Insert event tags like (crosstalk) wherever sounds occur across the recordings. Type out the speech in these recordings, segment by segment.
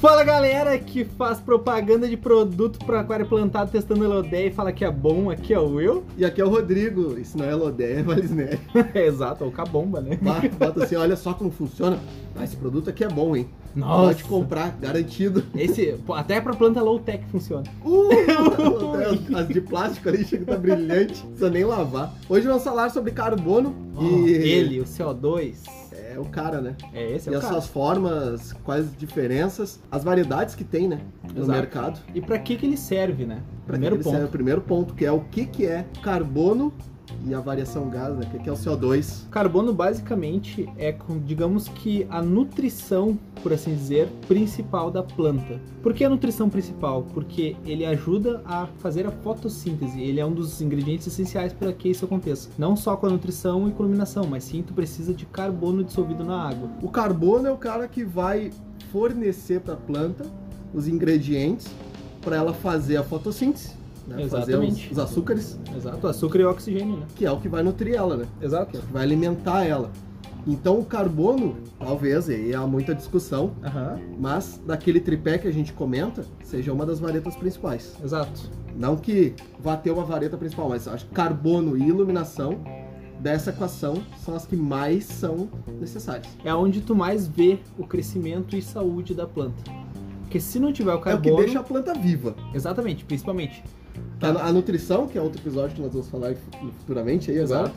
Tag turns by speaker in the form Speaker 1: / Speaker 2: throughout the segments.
Speaker 1: Fala galera que faz propaganda de produto para aquário plantado testando Elodeia e fala que é bom, aqui é o eu.
Speaker 2: E aqui é o Rodrigo, e se não é Lodé, é Valisneri.
Speaker 1: Exato, (laughs) é o Cabomba, né?
Speaker 2: Bota bota assim, olha só como funciona. Ah, esse produto aqui é bom, hein? Pode comprar, garantido.
Speaker 1: tipo, Esse, pô, até pra planta low-tech funciona.
Speaker 2: Uh, as, as de plástico ali chega tá brilhante, não precisa nem lavar. Hoje vamos falar é sobre carbono
Speaker 1: Oh,
Speaker 2: e
Speaker 1: Ele, o CO2.
Speaker 2: é o cara, né?
Speaker 1: É esse, é
Speaker 2: e
Speaker 1: o
Speaker 2: as
Speaker 1: cara.
Speaker 2: suas formas, quais as diferenças, as variedades que tem, né? No
Speaker 1: Exato.
Speaker 2: mercado.
Speaker 1: E pra que que ele serve, né?
Speaker 2: Pra
Speaker 1: Primeiro
Speaker 2: que ele
Speaker 1: ponto.
Speaker 2: serve? O primeiro ponto, que é o que, que é carbono e a variação gás, né? Que, que é o CO2.
Speaker 1: Carbono basicamente é, com- digamos que, a nutrição, por assim dizer, principal da planta. Por que a nutrição principal? Porque ele ajuda a fazer a fotossíntese. Ele é um dos ingredientes essenciais para que isso aconteça. Não só com a nutrição e com a iluminação, mas sim tu precisa de carbono dissolvido na água.
Speaker 2: O carbono é o cara que vai fornecer para a planta os ingredientes para ela fazer a fotossíntese, né? fazer os,
Speaker 1: Exatamente.
Speaker 2: os açúcares,
Speaker 1: Exato, açúcar e oxigênio, né?
Speaker 2: que é o que vai nutrir ela, né?
Speaker 1: Exato.
Speaker 2: Vai alimentar ela. Então o carbono, talvez, e há muita discussão,
Speaker 1: Aham,
Speaker 2: mas daquele tripé que a gente comenta, seja uma das varetas principais.
Speaker 1: exato.
Speaker 2: Não que vá ter uma vareta principal, mas acho que carbono e iluminação dessa equação são as que mais são necessárias.
Speaker 1: É onde tu mais vê o crescimento e saúde da planta. Porque se não tiver o
Speaker 2: É o que
Speaker 1: carbono...
Speaker 2: deixa a planta viva.
Speaker 1: Exatamente, principalmente.
Speaker 2: Tá, A, a nutrição, que é outro episódio que nós vamos falar fu- futuramente aí agora,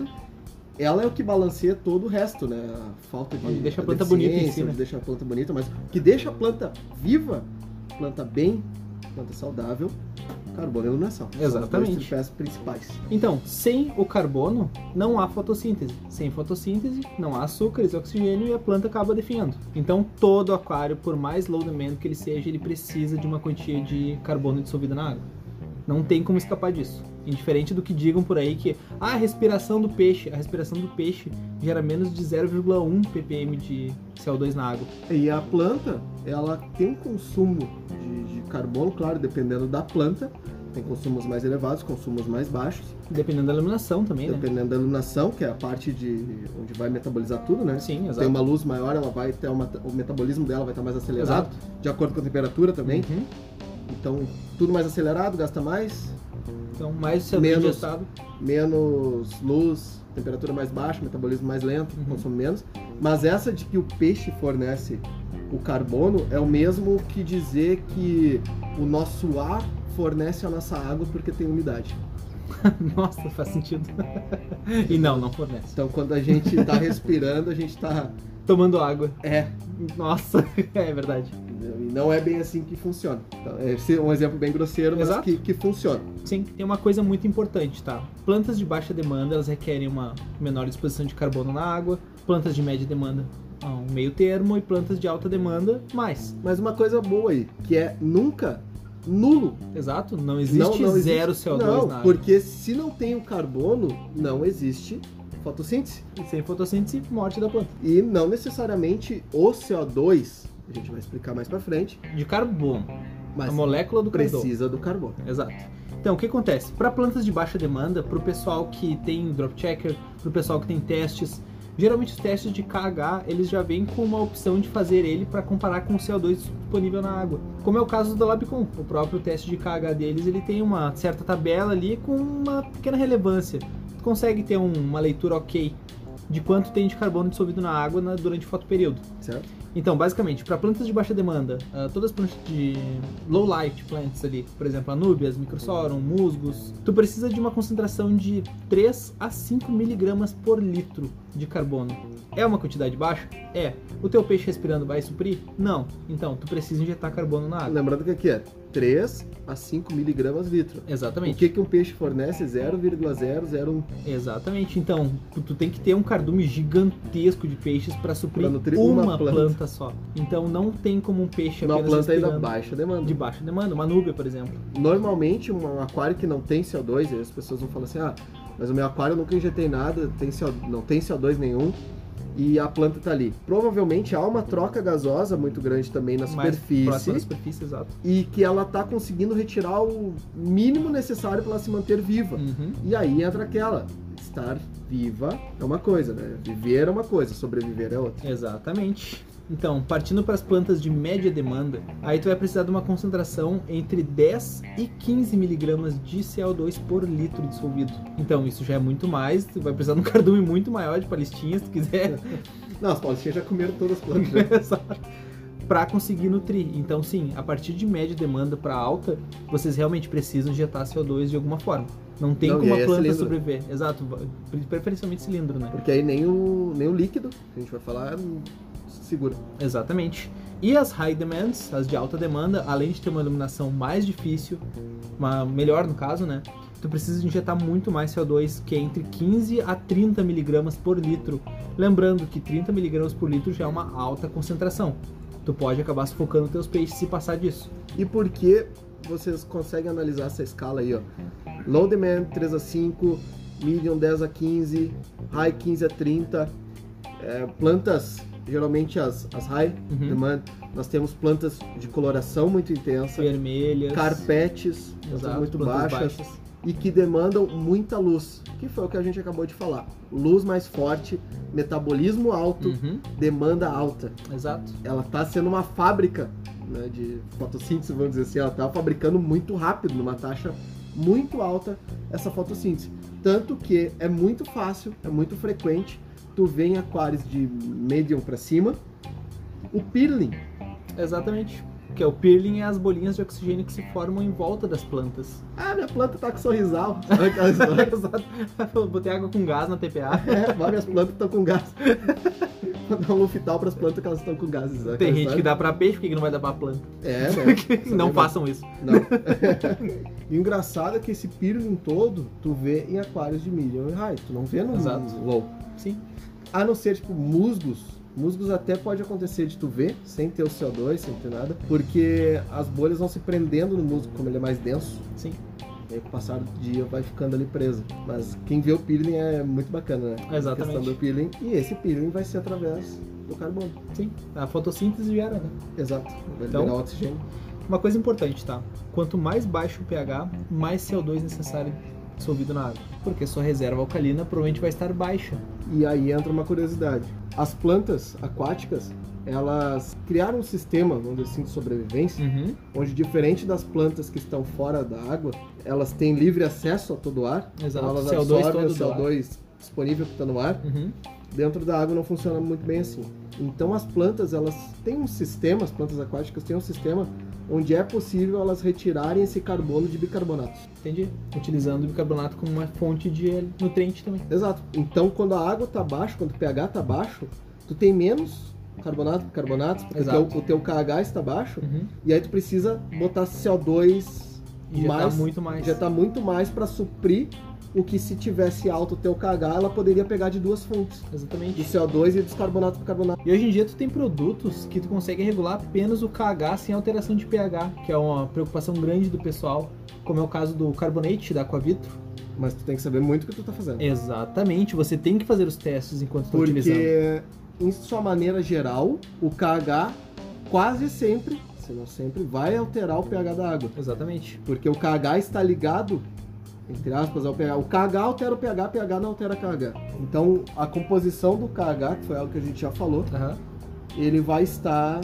Speaker 2: ela é o que balanceia todo o resto, né? A falta de.
Speaker 1: Onde deixa a planta bonita em
Speaker 2: deficiência,
Speaker 1: si, né?
Speaker 2: onde deixa a planta bonita, mas o que deixa a planta viva, planta bem, planta saudável, carbono e iluminação. é São
Speaker 1: Exatamente.
Speaker 2: Os dois tripés principais.
Speaker 1: Então, sem o carbono, não há fotossíntese. Sem fotossíntese, não há açúcares, oxigênio e a planta acaba definhando. Então, todo aquário, por mais low demand que ele seja, ele precisa de uma quantia de carbono dissolvido na água. Não tem como escapar disso. Indiferente do que digam por aí que ah, a respiração do peixe, a respiração do peixe gera menos de 0,1 ppm de CO2 na água.
Speaker 2: E a planta, ela tem um consumo de, de carbono, claro, dependendo da planta. Tem consumos mais elevados, consumos mais baixos,
Speaker 1: Dependendo da iluminação também, né?
Speaker 2: dependendo da iluminação, que é a parte de onde vai metabolizar tudo, né?
Speaker 1: Sim,
Speaker 2: Tem
Speaker 1: exato.
Speaker 2: uma luz maior, ela vai ter uma, o metabolismo dela vai estar mais acelerado,
Speaker 1: Exato.
Speaker 2: de acordo com a temperatura também.
Speaker 1: Uhum.
Speaker 2: Então, tudo mais acelerado, gasta mais,
Speaker 1: Então, mais o CO2
Speaker 2: Menos.
Speaker 1: injetado.
Speaker 2: menos luz, temperatura mais baixa, metabolismo mais lento,
Speaker 1: Uhum.
Speaker 2: consome menos. Mas essa de que o peixe fornece o carbono é o mesmo que dizer que o nosso ar fornece a nossa água porque tem umidade.
Speaker 1: (laughs) Nossa, faz sentido. (laughs) e não, não fornece.
Speaker 2: Então, quando a
Speaker 1: (laughs)
Speaker 2: gente está respirando, a gente tá, está.
Speaker 1: Tomando água.
Speaker 2: É,
Speaker 1: Nossa, (laughs) é verdade.
Speaker 2: entendeu? e não é bem assim que funciona. Então, esse é um exemplo bem grosseiro, mas
Speaker 1: Exato.
Speaker 2: que, que funciona.
Speaker 1: Sim, tem uma coisa muito importante, tá? Plantas de baixa demanda, elas requerem uma menor exposição de carbono na água. Plantas de média demanda, ah, um meio termo. E plantas de alta demanda, mais.
Speaker 2: Mas uma coisa boa aí, que é nunca nulo.
Speaker 1: Exato? Não existe zero CO2
Speaker 2: não,
Speaker 1: na água.
Speaker 2: porque se não tem o carbono, não existe fotossíntese.
Speaker 1: E sem fotossíntese, morte da planta.
Speaker 2: E não necessariamente o CO2, a gente vai explicar mais pra frente,
Speaker 1: De carbono.
Speaker 2: mas
Speaker 1: a molécula do carbono.
Speaker 2: precisa do carbono.
Speaker 1: Exato. Então, o que acontece? Para plantas de baixa demanda, para o pessoal que tem drop checker, para o pessoal que tem testes, geralmente os testes de KH eles já vêm com uma opção de fazer ele para comparar com o CO2 disponível na água. Como é o caso do Labicon, o próprio teste de KH deles ele tem uma certa tabela ali com uma pequena relevância. Tu consegue ter um- uma leitura ok de quanto tem de carbono dissolvido na água na- durante o fotoperíodo.
Speaker 2: Certo?
Speaker 1: Então, basicamente, para plantas de baixa demanda, ah, todas as plantas de low light plants ali, por exemplo, anúbias, microsorum, musgos, tu precisa de uma concentração de 3 a 5 miligramas por litro de carbono. É uma quantidade baixa? É. O teu peixe respirando vai suprir? Não. Então, tu precisa injetar carbono na água.
Speaker 2: Lembrando que aqui é 3 a 5 miligramas litro. O
Speaker 1: Exatamente.
Speaker 2: que, que um peixe fornece? 0,001
Speaker 1: Exatamente. Então, tu, tu tem que ter um cardume gigantesco de peixes para suprir
Speaker 2: Pra nutrir
Speaker 1: uma,
Speaker 2: uma
Speaker 1: planta.
Speaker 2: planta.
Speaker 1: só. Então, não tem como um peixe
Speaker 2: uma
Speaker 1: apenas
Speaker 2: planta aí da
Speaker 1: respirando.
Speaker 2: baixa demanda.
Speaker 1: de baixa demanda, uma núbia, por exemplo.
Speaker 2: Normalmente, um aquário que não tem CO2, e as pessoas vão falar assim: ah, mas o meu aquário eu nunca injetei nada, tem CO, não tem CO2 nenhum, e a planta tá ali. Provavelmente há uma troca gasosa muito grande também na
Speaker 1: mais
Speaker 2: superfície,
Speaker 1: próxima da superfície, exato.
Speaker 2: e que ela tá Uhum. conseguindo retirar o mínimo necessário para ela se manter viva. E aí entra aquela: estar viva é uma coisa, né? Viver é uma coisa, sobreviver é outra.
Speaker 1: Exatamente. Então, partindo para as plantas de média demanda, aí tu vai precisar de uma concentração entre 10 e 15 miligramas de CO2 por litro dissolvido. Então, isso já é muito mais, tu vai precisar de um (laughs) cardume muito maior de palestinhas, se tu quiser.
Speaker 2: Não, as paulistinhas já comeram todas as plantas.
Speaker 1: (laughs)
Speaker 2: né?
Speaker 1: para conseguir nutrir. Então, sim, a partir de média demanda para alta, vocês realmente precisam injetar CO2 de alguma forma. Não tem
Speaker 2: Não, e
Speaker 1: como
Speaker 2: aí
Speaker 1: a
Speaker 2: é
Speaker 1: planta
Speaker 2: cilindro.
Speaker 1: sobreviver. Exato, pre- preferencialmente cilindro, né?
Speaker 2: Porque aí nem o, nem o líquido, que a gente vai falar, hum, segura.
Speaker 1: Exatamente. E as high demands, as de alta demanda, além de ter uma iluminação mais difícil, uma melhor no caso, né? Tu precisa injetar muito mais CO2, que é entre 15 a 30 miligramas por litro. Lembrando que 30 miligramas por litro já é uma alta concentração. Tu pode acabar sufocando teus peixes se passar disso.
Speaker 2: E por que vocês conseguem analisar essa escala aí, ó? Low demand 3 a 5, medium 10 a 15, high 15 a 30. É, plantas, geralmente as, as high
Speaker 1: Uhum.
Speaker 2: demand, nós temos plantas de coloração muito intensa,
Speaker 1: Vermelhas.
Speaker 2: carpetes plantas
Speaker 1: exato,
Speaker 2: muito
Speaker 1: plantas
Speaker 2: baixas e que demandam muita luz, que foi o que a gente acabou de falar. Luz mais forte, metabolismo alto,
Speaker 1: Uhum,
Speaker 2: demanda alta
Speaker 1: exato.
Speaker 2: ela tá sendo uma fábrica né, de fotossíntese, vamos dizer assim, ela tá fabricando muito rápido, numa taxa muito alta, essa fotossíntese. Tanto que é muito fácil, é muito frequente, tu vê em aquários de medium para cima, o peeling,
Speaker 1: Exatamente. Que é o peeling e as bolinhas de oxigênio que se formam em volta das plantas.
Speaker 2: ah, minha planta tá com sorrisal, (laughs) sabe aquela história?
Speaker 1: Exato. (laughs) Eu Botei água com gás na TPA.
Speaker 2: É, várias plantas estão com gás. (laughs) Mandar um lufital pras plantas que elas estão com gases. sabe
Speaker 1: Tem
Speaker 2: aquela
Speaker 1: gente que
Speaker 2: história?
Speaker 1: dá pra peixe, por que que não vai dar pra planta?
Speaker 2: É, né?
Speaker 1: não
Speaker 2: Sabemos.
Speaker 1: façam isso.
Speaker 2: Não. (laughs) e o engraçado é que esse peeling todo, tu vê em aquários de milhão e raio. Tu não vê no
Speaker 1: Exato.
Speaker 2: low.
Speaker 1: Sim.
Speaker 2: A não ser, tipo, musgos. Musgos até pode acontecer de tu ver, sem ter o CO2, sem ter nada. Porque as bolhas vão se prendendo no musgo, como ele é mais denso.
Speaker 1: Sim.
Speaker 2: E aí, com o passar do dia, vai ficando ali preso. Mas quem vê o peeling é muito bacana, né?
Speaker 1: Exatamente.
Speaker 2: A questão do peeling. E esse peeling vai ser através do carbono.
Speaker 1: Sim. A fotossíntese gera, né?
Speaker 2: Exato. Vai
Speaker 1: Então-
Speaker 2: liberar o oxigênio.
Speaker 1: Uma coisa importante, tá? Quanto mais baixo o pH, mais CO2 necessário dissolvido na água. Porque sua reserva alcalina provavelmente vai estar baixa.
Speaker 2: E aí entra uma curiosidade. As plantas aquáticas, elas criaram um sistema, vamos dizer assim, de sobrevivência,
Speaker 1: Uhum.
Speaker 2: onde diferente das plantas que estão fora da água, elas têm livre acesso a todo o ar.
Speaker 1: Exato.
Speaker 2: Então elas
Speaker 1: CO2
Speaker 2: absorvem
Speaker 1: todo
Speaker 2: o CO2 disponível que está no ar.
Speaker 1: Uhum.
Speaker 2: Dentro da água não funciona muito bem assim. Então as plantas, elas têm um sistema, as plantas aquáticas têm um sistema onde é possível elas retirarem esse carbono de bicarbonato.
Speaker 1: Entendi. Utilizando o bicarbonato como uma fonte de nutriente também.
Speaker 2: Exato. Então, quando a água tá baixa, quando o pH tá baixo, tu tem menos carbonato, bicarbonato, porque
Speaker 1: Exato.
Speaker 2: o teu- o teu KH está baixo,
Speaker 1: Uhum.
Speaker 2: e aí tu precisa botar CO2
Speaker 1: Injetar
Speaker 2: mais,
Speaker 1: muito mais.
Speaker 2: já tá muito mais para suprir o que se tivesse alto o teu KH, ela poderia pegar de duas fontes,
Speaker 1: Exatamente.
Speaker 2: de CO2 e descarbonato, bicarbonato.
Speaker 1: E hoje em dia tu tem produtos que tu consegue regular apenas o KH sem alteração de pH, que é uma preocupação grande do pessoal, como é o caso do carbonate da Aquavitro.
Speaker 2: Mas tu tem que saber muito o que tu tá fazendo.
Speaker 1: Exatamente, você tem que fazer os testes enquanto tá utilizando.
Speaker 2: Porque, em sua maneira geral, o KH quase sempre, se não sempre, vai alterar o pH da água.
Speaker 1: Exatamente.
Speaker 2: Porque o KH está ligado, entre aspas, ao pH. O KH altera o pH, pH não altera KH. Então, a composição do KH, que foi algo que a gente já falou,
Speaker 1: Aham.
Speaker 2: ele vai estar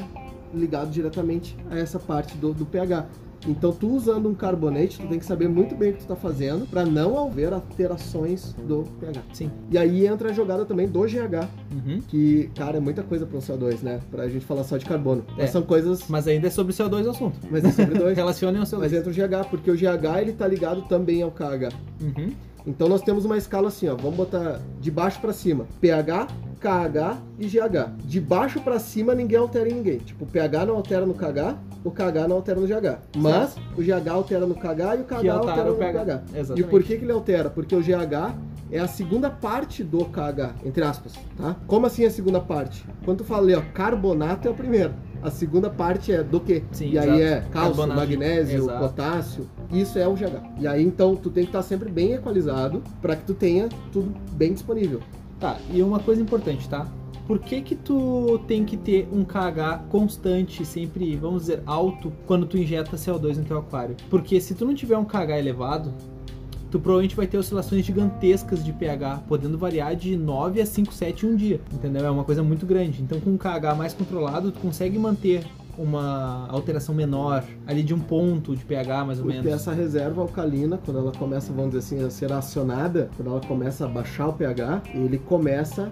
Speaker 2: ligado diretamente a essa parte do, do pH. Então, tu usando um carbonate, tu tem que saber muito bem o que tu tá fazendo para não haver alterações do pH.
Speaker 1: Sim.
Speaker 2: E aí entra a jogada também do GH,
Speaker 1: Uhum.
Speaker 2: que, cara, é muita coisa para um CO2, né? Pra gente falar só de carbono.
Speaker 1: É.
Speaker 2: Mas são coisas...
Speaker 1: Mas ainda é sobre CO2 o assunto.
Speaker 2: Mas é sobre
Speaker 1: (laughs)
Speaker 2: dois.
Speaker 1: Relacionem o
Speaker 2: Mas
Speaker 1: CO2.
Speaker 2: entra o GH, porque o GH, ele tá ligado também ao KH.
Speaker 1: Uhum.
Speaker 2: Então nós temos uma escala assim, ó, vamos botar de baixo pra cima, pH, KH e GH. De baixo pra cima ninguém altera em ninguém. Tipo, o pH não altera no KH, o KH não altera no GH. Mas o GH altera no KH e o
Speaker 1: Que
Speaker 2: KH altera
Speaker 1: altera
Speaker 2: no
Speaker 1: o pH.
Speaker 2: KH. E
Speaker 1: Exatamente.
Speaker 2: por que, que ele altera? Porque o GH é a segunda parte do KH, entre aspas, tá? Como assim a segunda parte? Quando tu falei, ó, carbonato é o primeiro. A segunda parte é do quê?
Speaker 1: Sim,
Speaker 2: e aí
Speaker 1: exato.
Speaker 2: é cálcio,
Speaker 1: Carbonato.
Speaker 2: magnésio,
Speaker 1: Exato.
Speaker 2: potássio, isso é o GH. E aí então tu tem que estar sempre bem equalizado para que tu tenha tudo bem disponível.
Speaker 1: Tá, e uma coisa importante, tá? Por que que tu tem que ter um KH constante, sempre, vamos dizer, alto, quando tu injeta CO2 no teu aquário? Porque se tu não tiver um KH elevado, tu provavelmente vai ter oscilações gigantescas de pH, podendo variar de 9 a 5,7 em um dia, entendeu? É uma coisa muito grande. Então, com um KH mais controlado, tu consegue manter uma alteração menor, ali de um ponto de pH mais ou
Speaker 2: Porque
Speaker 1: menos.
Speaker 2: essa reserva alcalina, quando ela começa, vamos dizer assim, a ser acionada, quando ela começa a baixar o pH, ele começa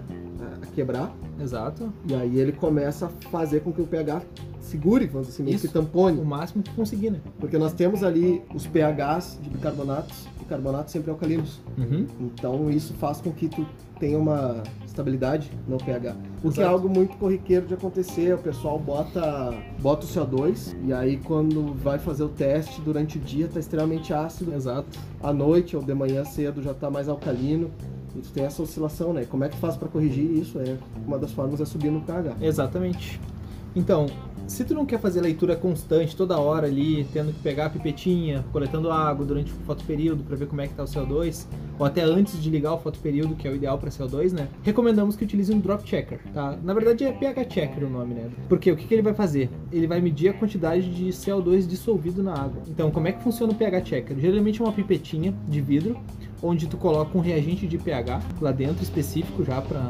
Speaker 2: a quebrar
Speaker 1: Exato.
Speaker 2: e aí ele começa a fazer com que o pH segure, vamos dizer assim, meio
Speaker 1: Isso.
Speaker 2: que tampone.
Speaker 1: O máximo que tu conseguir, né?
Speaker 2: Porque nós temos ali os pHs de bicarbonatos, bicarbonatos sempre alcalinos.
Speaker 1: Uhum.
Speaker 2: Então isso faz com que tu tenha uma estabilidade no pH. O que é
Speaker 1: Exato.
Speaker 2: algo muito corriqueiro de acontecer, o pessoal bota, bota o CO2 e aí quando vai fazer o teste durante o dia tá extremamente ácido,
Speaker 1: Exato.
Speaker 2: à noite ou de manhã cedo já tá mais alcalino. E tu tem essa oscilação, né? Como é que tu faz pra corrigir isso? É uma das formas é subir no pH.
Speaker 1: Exatamente. Então, se tu não quer fazer leitura constante toda hora ali, tendo que pegar a pipetinha, coletando água durante o fotoperíodo para ver como é que tá o CO2, ou até antes de ligar o fotoperíodo, que é o ideal para CO2, né? Recomendamos que utilize um drop checker, tá? Na verdade é pH checker o nome, né? Porque o que, que ele vai fazer? Ele vai medir a quantidade de CO2 dissolvido na água. Então, como é que funciona o pH checker? Geralmente é uma pipetinha de vidro onde tu coloca um reagente de pH lá dentro específico já para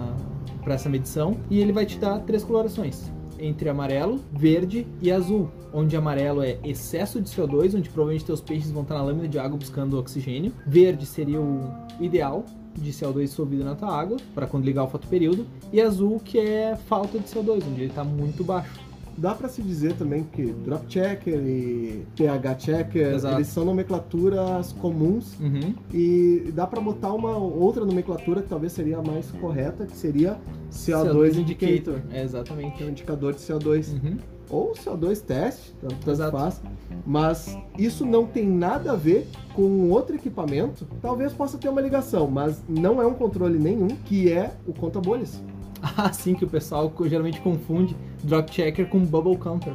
Speaker 1: para essa medição e ele vai te dar três colorações entre amarelo, verde e azul, onde amarelo é excesso de CO2, onde provavelmente teus peixes vão estar na lâmina de água buscando oxigênio. Verde seria o ideal de CO2 dissolvido na tua água para quando ligar o fotoperíodo e azul que é falta de CO2, onde ele está muito baixo.
Speaker 2: Dá pra se dizer também que drop checker e pH checker,
Speaker 1: Exato.
Speaker 2: eles são nomenclaturas comuns
Speaker 1: Uhum.
Speaker 2: E dá para botar uma outra nomenclatura que talvez seria a mais correta, que seria CO2, indicator,
Speaker 1: É,
Speaker 2: que é
Speaker 1: exatamente.
Speaker 2: um indicador de CO2.
Speaker 1: Uhum. (laughs)
Speaker 2: Ou CO2 test, tanto
Speaker 1: Exato.
Speaker 2: faz. Mas isso não tem nada a ver com um outro equipamento. Talvez possa ter uma ligação, mas não é um controle nenhum, que é o conta-bolhas.
Speaker 1: Assim que o pessoal co- geralmente confunde drop checker com bubble counter.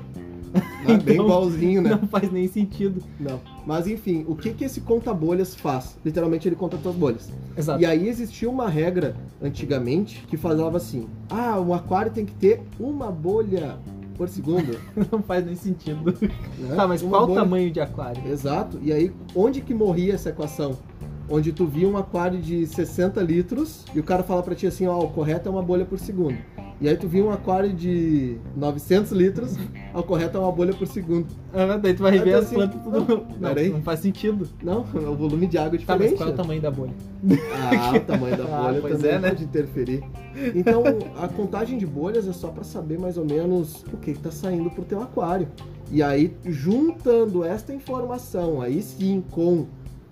Speaker 2: Ah, Bem
Speaker 1: Então,
Speaker 2: igualzinho, né?
Speaker 1: Não faz nem sentido.
Speaker 2: Não. Mas enfim, o que, que esse conta-bolhas faz? Literalmente ele conta tuas bolhas.
Speaker 1: Exato.
Speaker 2: E aí existia uma regra antigamente que falava assim: ah, o aquário tem que ter uma bolha
Speaker 1: (laughs)
Speaker 2: por segundo.
Speaker 1: Não faz nem sentido.
Speaker 2: né?
Speaker 1: Tá, mas
Speaker 2: Uma
Speaker 1: qual o
Speaker 2: bolha-
Speaker 1: tamanho de aquário?
Speaker 2: Exato. E aí, onde que morria essa equação? Onde tu via um aquário de 60 litros e o cara fala pra ti assim: ó, o correto é uma bolha por segundo. E aí tu via um aquário de 900 litros, (laughs) ah, o correto é uma bolha por segundo.
Speaker 1: Ah, daí tu vai
Speaker 2: Ah,
Speaker 1: ver
Speaker 2: tá
Speaker 1: as
Speaker 2: assim.
Speaker 1: plantas tudo.
Speaker 2: Não,
Speaker 1: Não,
Speaker 2: peraí.
Speaker 1: não faz sentido.
Speaker 2: Não, (laughs) o volume de água é
Speaker 1: Tá, mas
Speaker 2: diferente.
Speaker 1: qual é o tamanho da bolha?
Speaker 2: Ah, o tamanho da
Speaker 1: Ah,
Speaker 2: bolha
Speaker 1: pois
Speaker 2: também
Speaker 1: é, né?
Speaker 2: pode interferir. Então, a contagem de bolhas é só para saber mais ou menos o que está saindo pro teu aquário. E aí, juntando esta informação, aí sim, com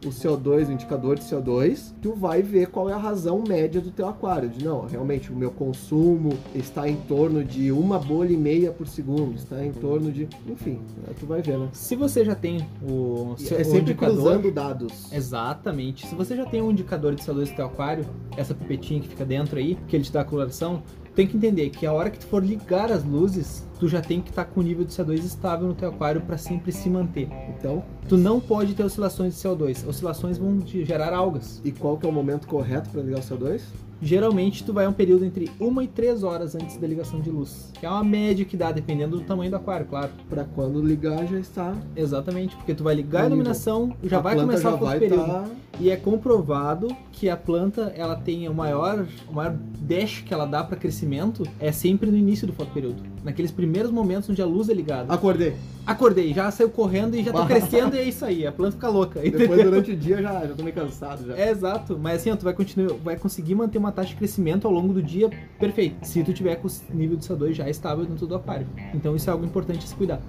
Speaker 2: o CO2, o indicador de CO2, tu vai ver qual é a razão média do teu aquário. De não, realmente o meu consumo está em torno de uma bolha e meia por segundo, está em torno de, enfim, aí tu vai ver, né?
Speaker 1: Se você já tem o seu
Speaker 2: É
Speaker 1: o
Speaker 2: sempre
Speaker 1: indicador. É.
Speaker 2: cruzando dados.
Speaker 1: Exatamente. Se você já tem um indicador de CO2 do teu aquário, essa pipetinha que fica dentro aí, que ele te dá a coloração, tem que entender que a hora que tu for ligar as luzes, tu já tem que estar com o nível de CO2 estável no teu aquário para sempre se manter.
Speaker 2: Então,
Speaker 1: Tu não pode ter oscilações de CO2. Oscilações vão te gerar algas.
Speaker 2: e qual que é o momento correto para ligar o CO2?
Speaker 1: Geralmente tu vai a um período entre 1 e 3 horas antes da ligação de luz, que é uma média que dá dependendo do tamanho do aquário, claro.
Speaker 2: Pra quando ligar já está.
Speaker 1: Exatamente, porque tu vai ligar a
Speaker 2: Nível.
Speaker 1: iluminação, já
Speaker 2: a
Speaker 1: vai
Speaker 2: planta
Speaker 1: começar
Speaker 2: já
Speaker 1: o fotoperíodo.
Speaker 2: vai
Speaker 1: período.
Speaker 2: tá-
Speaker 1: E é comprovado que a planta ela tem o maior, o maior dash que ela dá para crescimento é sempre no início do fotoperíodo, naqueles primeiros momentos onde a luz é ligada.
Speaker 2: Acordei.
Speaker 1: Acordei, já saiu correndo e já
Speaker 2: (laughs)
Speaker 1: tô crescendo e é isso aí, a planta fica louca. (laughs)
Speaker 2: Depois durante o dia já, já tô meio cansado já.
Speaker 1: É exato, mas assim, ó, tu vai, continuar, vai conseguir manter uma taxa de crescimento ao longo do dia perfeito, se tu tiver com o nível de CO2 já estável dentro do aquário. Então isso é algo importante a se cuidar.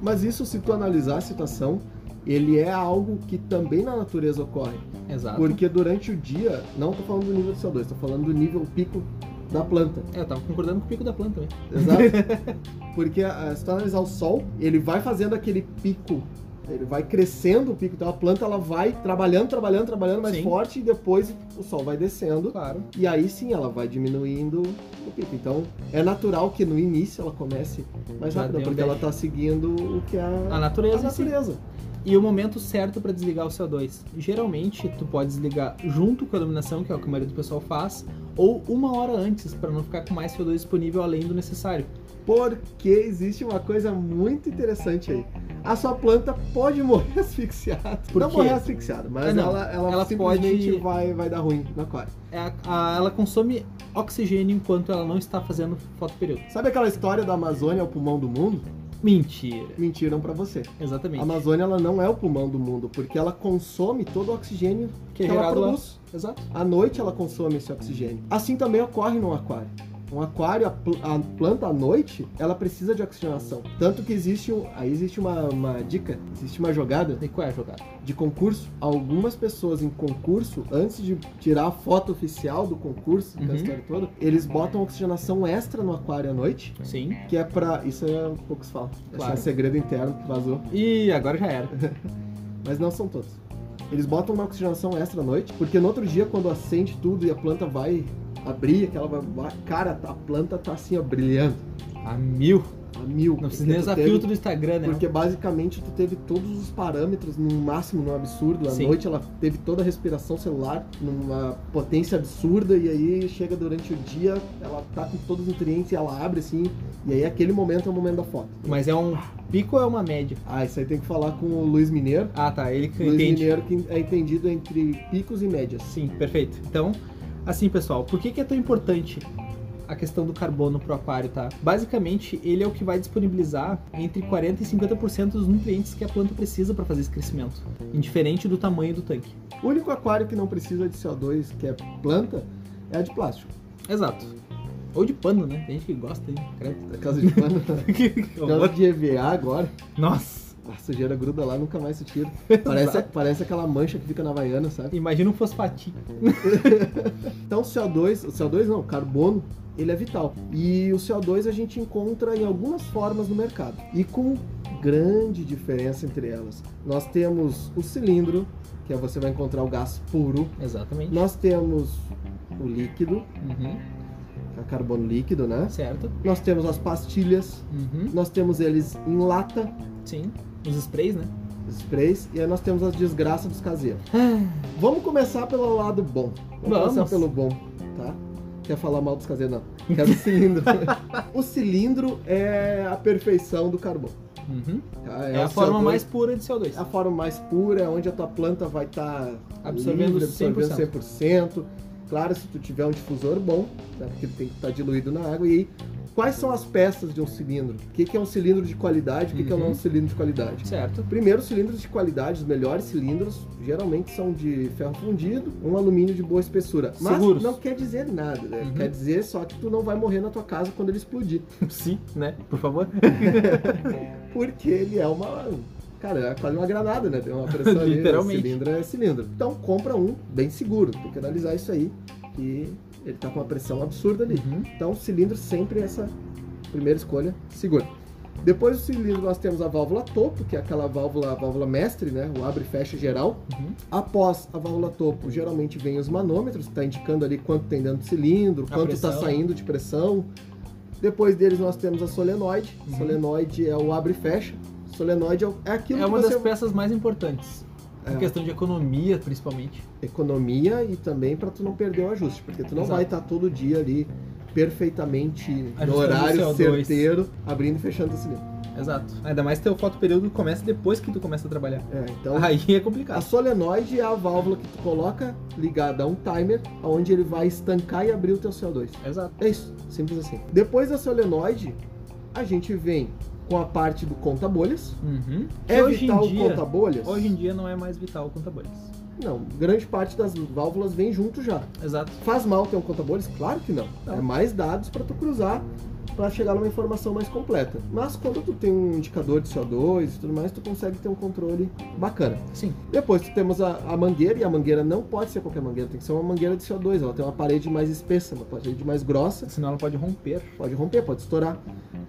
Speaker 2: Mas isso, se tu analisar a situação, ele é algo que também na natureza ocorre.
Speaker 1: Exato.
Speaker 2: Porque durante o dia, não tô falando do nível do CO2, tô falando do nível pico da planta.
Speaker 1: É, eu tava concordando com o pico da planta, né?
Speaker 2: Exato?
Speaker 1: (laughs)
Speaker 2: Porque ah, se tu analisar o sol, ele vai fazendo aquele pico. Ele vai crescendo o pico, então a planta ela vai trabalhando, trabalhando, trabalhando mais
Speaker 1: Sim.
Speaker 2: forte e depois o sol vai descendo.
Speaker 1: Claro.
Speaker 2: E aí sim ela vai diminuindo o pico. Então é natural que no início ela comece mais
Speaker 1: Já
Speaker 2: rápida,
Speaker 1: deu Ah,
Speaker 2: porque
Speaker 1: dash.
Speaker 2: ela tá seguindo o que é
Speaker 1: A
Speaker 2: a,
Speaker 1: natureza,
Speaker 2: a
Speaker 1: em si.
Speaker 2: natureza.
Speaker 1: E o momento certo para desligar o CO2. Geralmente, tu pode desligar junto com a iluminação, que é o que a maioria do pessoal faz, ou uma hora antes, para não ficar com mais CO2 disponível além do necessário.
Speaker 2: Porque existe uma coisa muito interessante aí. a sua planta pode morrer (laughs) asfixiada.
Speaker 1: Por
Speaker 2: não
Speaker 1: quê?
Speaker 2: morrer asfixiada, mas
Speaker 1: É, não.
Speaker 2: ela, ela,
Speaker 1: Ela
Speaker 2: simplesmente
Speaker 1: pode-
Speaker 2: vai, vai dar ruim no aquário.
Speaker 1: É a- a- ela consome oxigênio enquanto ela não está fazendo fotoperíodo.
Speaker 2: Sabe aquela história da Amazônia é o pulmão do mundo?
Speaker 1: Mentira.
Speaker 2: Mentiram pra você. A
Speaker 1: Exatamente.
Speaker 2: Amazônia ela não é o pulmão do mundo, porque ela consome todo o oxigênio
Speaker 1: Que
Speaker 2: que,
Speaker 1: é
Speaker 2: ela
Speaker 1: gerado lá.
Speaker 2: produz.
Speaker 1: Exato.
Speaker 2: À noite ela consome esse oxigênio. Assim também ocorre num aquário. Um aquário, a, pl- a planta à noite, ela precisa de oxigenação. Tanto que existe um. Aí existe uma, uma dica, existe uma jogada
Speaker 1: E qual é a jogada?
Speaker 2: de concurso. Algumas pessoas em concurso, antes de tirar a foto oficial do concurso, da
Speaker 1: Uhum.
Speaker 2: história toda, eles botam oxigenação extra no aquário à noite,
Speaker 1: Sim.
Speaker 2: que é pra. Isso é poucos falam. Esse é
Speaker 1: Claro.
Speaker 2: um segredo interno que vazou.
Speaker 1: E agora já era.
Speaker 2: Mas não são todos. Eles botam uma oxigenação extra à noite, porque no outro dia, quando acende tudo e a planta vai abrir, aquela vai. vai- Cara, tá- a planta tá assim, ó, brilhando.
Speaker 1: A mil.
Speaker 2: A mil.
Speaker 1: Não precisa
Speaker 2: Porque
Speaker 1: nem
Speaker 2: tu
Speaker 1: usar
Speaker 2: teve-
Speaker 1: filtro do Instagram, né?
Speaker 2: Porque basicamente tu teve todos os parâmetros no máximo, no absurdo. À
Speaker 1: Sim.
Speaker 2: noite ela teve toda a respiração celular numa potência absurda, e aí chega durante o dia, ela tá com todos os nutrientes e ela abre assim, e aí aquele momento é o momento da foto.
Speaker 1: Mas é um pico ou é uma média?
Speaker 2: Ah, isso aí tem que falar com o Luiz Mineiro.
Speaker 1: Ah, tá. Ele que
Speaker 2: Luiz
Speaker 1: entende.
Speaker 2: Mineiro que é entendido entre picos e médias.
Speaker 1: Sim, perfeito. Então, assim, pessoal, por que, que é tão importante a questão do carbono pro aquário, tá? Basicamente, ele é o que vai disponibilizar entre 40 e 50% dos nutrientes que a planta precisa para fazer esse crescimento, indiferente do tamanho do tanque.
Speaker 2: O único aquário que não precisa de CO2, que é planta, é a de plástico.
Speaker 1: Exato. Ou de pano, né? Tem gente que gosta, hein? Credo. (laughs)
Speaker 2: A casa de pano,
Speaker 1: Que
Speaker 2: a
Speaker 1: horror.
Speaker 2: casa de EVA agora,
Speaker 1: Nossa!
Speaker 2: a sujeira gruda lá, nunca mais se tira. Parece,
Speaker 1: Exato.
Speaker 2: parece aquela mancha que fica na Havaiana, sabe?
Speaker 1: Imagina um fosfatinho.
Speaker 2: Então o CO2, o CO2 não, o carbono, ele é vital. E o CO2 a gente encontra em algumas formas no mercado. E com grande diferença entre elas. Nós temos o cilindro, que é você vai encontrar o gás puro.
Speaker 1: Exatamente.
Speaker 2: Nós temos o líquido,
Speaker 1: Uhum.
Speaker 2: que é carbono líquido, né?
Speaker 1: Certo.
Speaker 2: Nós temos as pastilhas,
Speaker 1: Uhum.
Speaker 2: nós temos eles em lata,
Speaker 1: Sim. Os sprays, né?
Speaker 2: sprays, e aí nós temos as desgraças dos caseiros.
Speaker 1: Ah,
Speaker 2: Vamos começar pelo lado bom. Vamos,
Speaker 1: Vamos.
Speaker 2: começar pelo bom, tá? Quer falar mal dos caseiros? Não. Quero o cilindro.
Speaker 1: (laughs)
Speaker 2: o cilindro é a perfeição do carbono.
Speaker 1: uhum.
Speaker 2: tá?
Speaker 1: É, Ah.
Speaker 2: o
Speaker 1: a forma
Speaker 2: CO2,
Speaker 1: mais pura de CO2.
Speaker 2: a forma mais pura, é onde a tua planta vai tá estar
Speaker 1: Absorvendo 100%.
Speaker 2: 100%. Claro, se tu tiver um difusor bom, né, porque tem que estar diluído na água. E aí, quais são as peças de um cilindro? O que, que é um cilindro de qualidade? O que, que é
Speaker 1: Uhum.
Speaker 2: não um cilindro de qualidade?
Speaker 1: Certo.
Speaker 2: Primeiro, os cilindros de qualidade, os melhores cilindros, geralmente são de ferro fundido, um alumínio de boa espessura. Mas
Speaker 1: Seguros.
Speaker 2: não quer dizer nada, né?
Speaker 1: Uhum.
Speaker 2: Quer dizer só que tu não vai morrer na tua casa quando ele explodir.
Speaker 1: (laughs) Sim, né? Por favor.
Speaker 2: Porque ele é uma. Cara, é quase uma granada, né? Tem uma pressão ali. né?
Speaker 1: Literalmente.
Speaker 2: Cilindro é cilindro. Então compra um bem seguro. Tem que analisar isso aí. Que ele tá com uma pressão absurda ali.
Speaker 1: Uhum.
Speaker 2: Então cilindro sempre é essa primeira escolha segura. Depois do cilindro nós temos a válvula topo, que é aquela válvula, a válvula mestre, né? O abre e fecha geral.
Speaker 1: Uhum.
Speaker 2: Após a válvula topo, geralmente vem os manômetros, está indicando ali quanto tem dentro do cilindro,
Speaker 1: A
Speaker 2: quanto está
Speaker 1: pressão.
Speaker 2: saindo de pressão. Depois deles nós temos a solenoide.
Speaker 1: Uhum.
Speaker 2: Solenoide é o abre e fecha. Solenoide é, o- é aquilo
Speaker 1: É uma
Speaker 2: que
Speaker 1: das
Speaker 2: você...
Speaker 1: peças mais importantes. Em
Speaker 2: É.
Speaker 1: questão de economia, principalmente.
Speaker 2: Economia e também para tu não perder o ajuste, porque tu não
Speaker 1: Exato.
Speaker 2: vai estar todo dia ali perfeitamente
Speaker 1: Ajustando
Speaker 2: no
Speaker 1: o
Speaker 2: horário
Speaker 1: CO2.
Speaker 2: certeiro, abrindo e fechando o cilindro.
Speaker 1: Exato. Ainda mais teu fotoperíodo começa depois que tu começa a trabalhar.
Speaker 2: É, então
Speaker 1: Aí é
Speaker 2: A
Speaker 1: complicado.
Speaker 2: solenoide é a válvula que tu coloca ligada a um timer, onde ele vai estancar e abrir o teu CO2.
Speaker 1: Exato.
Speaker 2: É isso, simples assim. Depois da solenoide, a gente vem com a parte do conta-bolhas.
Speaker 1: Uhum.
Speaker 2: É
Speaker 1: E hoje
Speaker 2: vital
Speaker 1: em
Speaker 2: o
Speaker 1: dia,
Speaker 2: conta-bolhas?
Speaker 1: hoje em dia não é mais vital conta bolhas.
Speaker 2: Não, grande parte das válvulas vem junto já.
Speaker 1: Exato.
Speaker 2: Faz mal ter um conta-bolhas? Claro que não.
Speaker 1: Não.
Speaker 2: É mais dados para tu cruzar para chegar numa informação mais completa. Mas quando tu tem um indicador de CO2 e tudo mais, tu consegue ter um controle bacana.
Speaker 1: Sim.
Speaker 2: Depois tu temos a, a mangueira, e a mangueira não pode ser qualquer mangueira, tem que ser uma mangueira de CO2. Ela tem uma parede mais espessa, uma parede mais grossa,
Speaker 1: Senão ela pode romper.
Speaker 2: pode romper, pode estourar.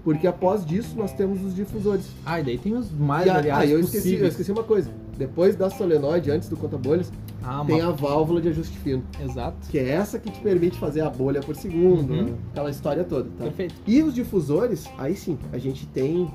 Speaker 2: Porque após disso nós temos os difusores.
Speaker 1: Ah, e daí tem os mais
Speaker 2: E a-
Speaker 1: variados
Speaker 2: ah, eu esqueci, eu
Speaker 1: possíveis.
Speaker 2: esqueci uma coisa. Depois da solenoide, antes do conta-bolhas,
Speaker 1: Ah,
Speaker 2: tem
Speaker 1: uma...
Speaker 2: a válvula de ajuste fino,
Speaker 1: Exato.
Speaker 2: que é essa que te permite fazer a bolha por segundo,
Speaker 1: Uhum.
Speaker 2: né? aquela história toda, tá?
Speaker 1: Perfeito.
Speaker 2: E os difusores, aí sim, a gente tem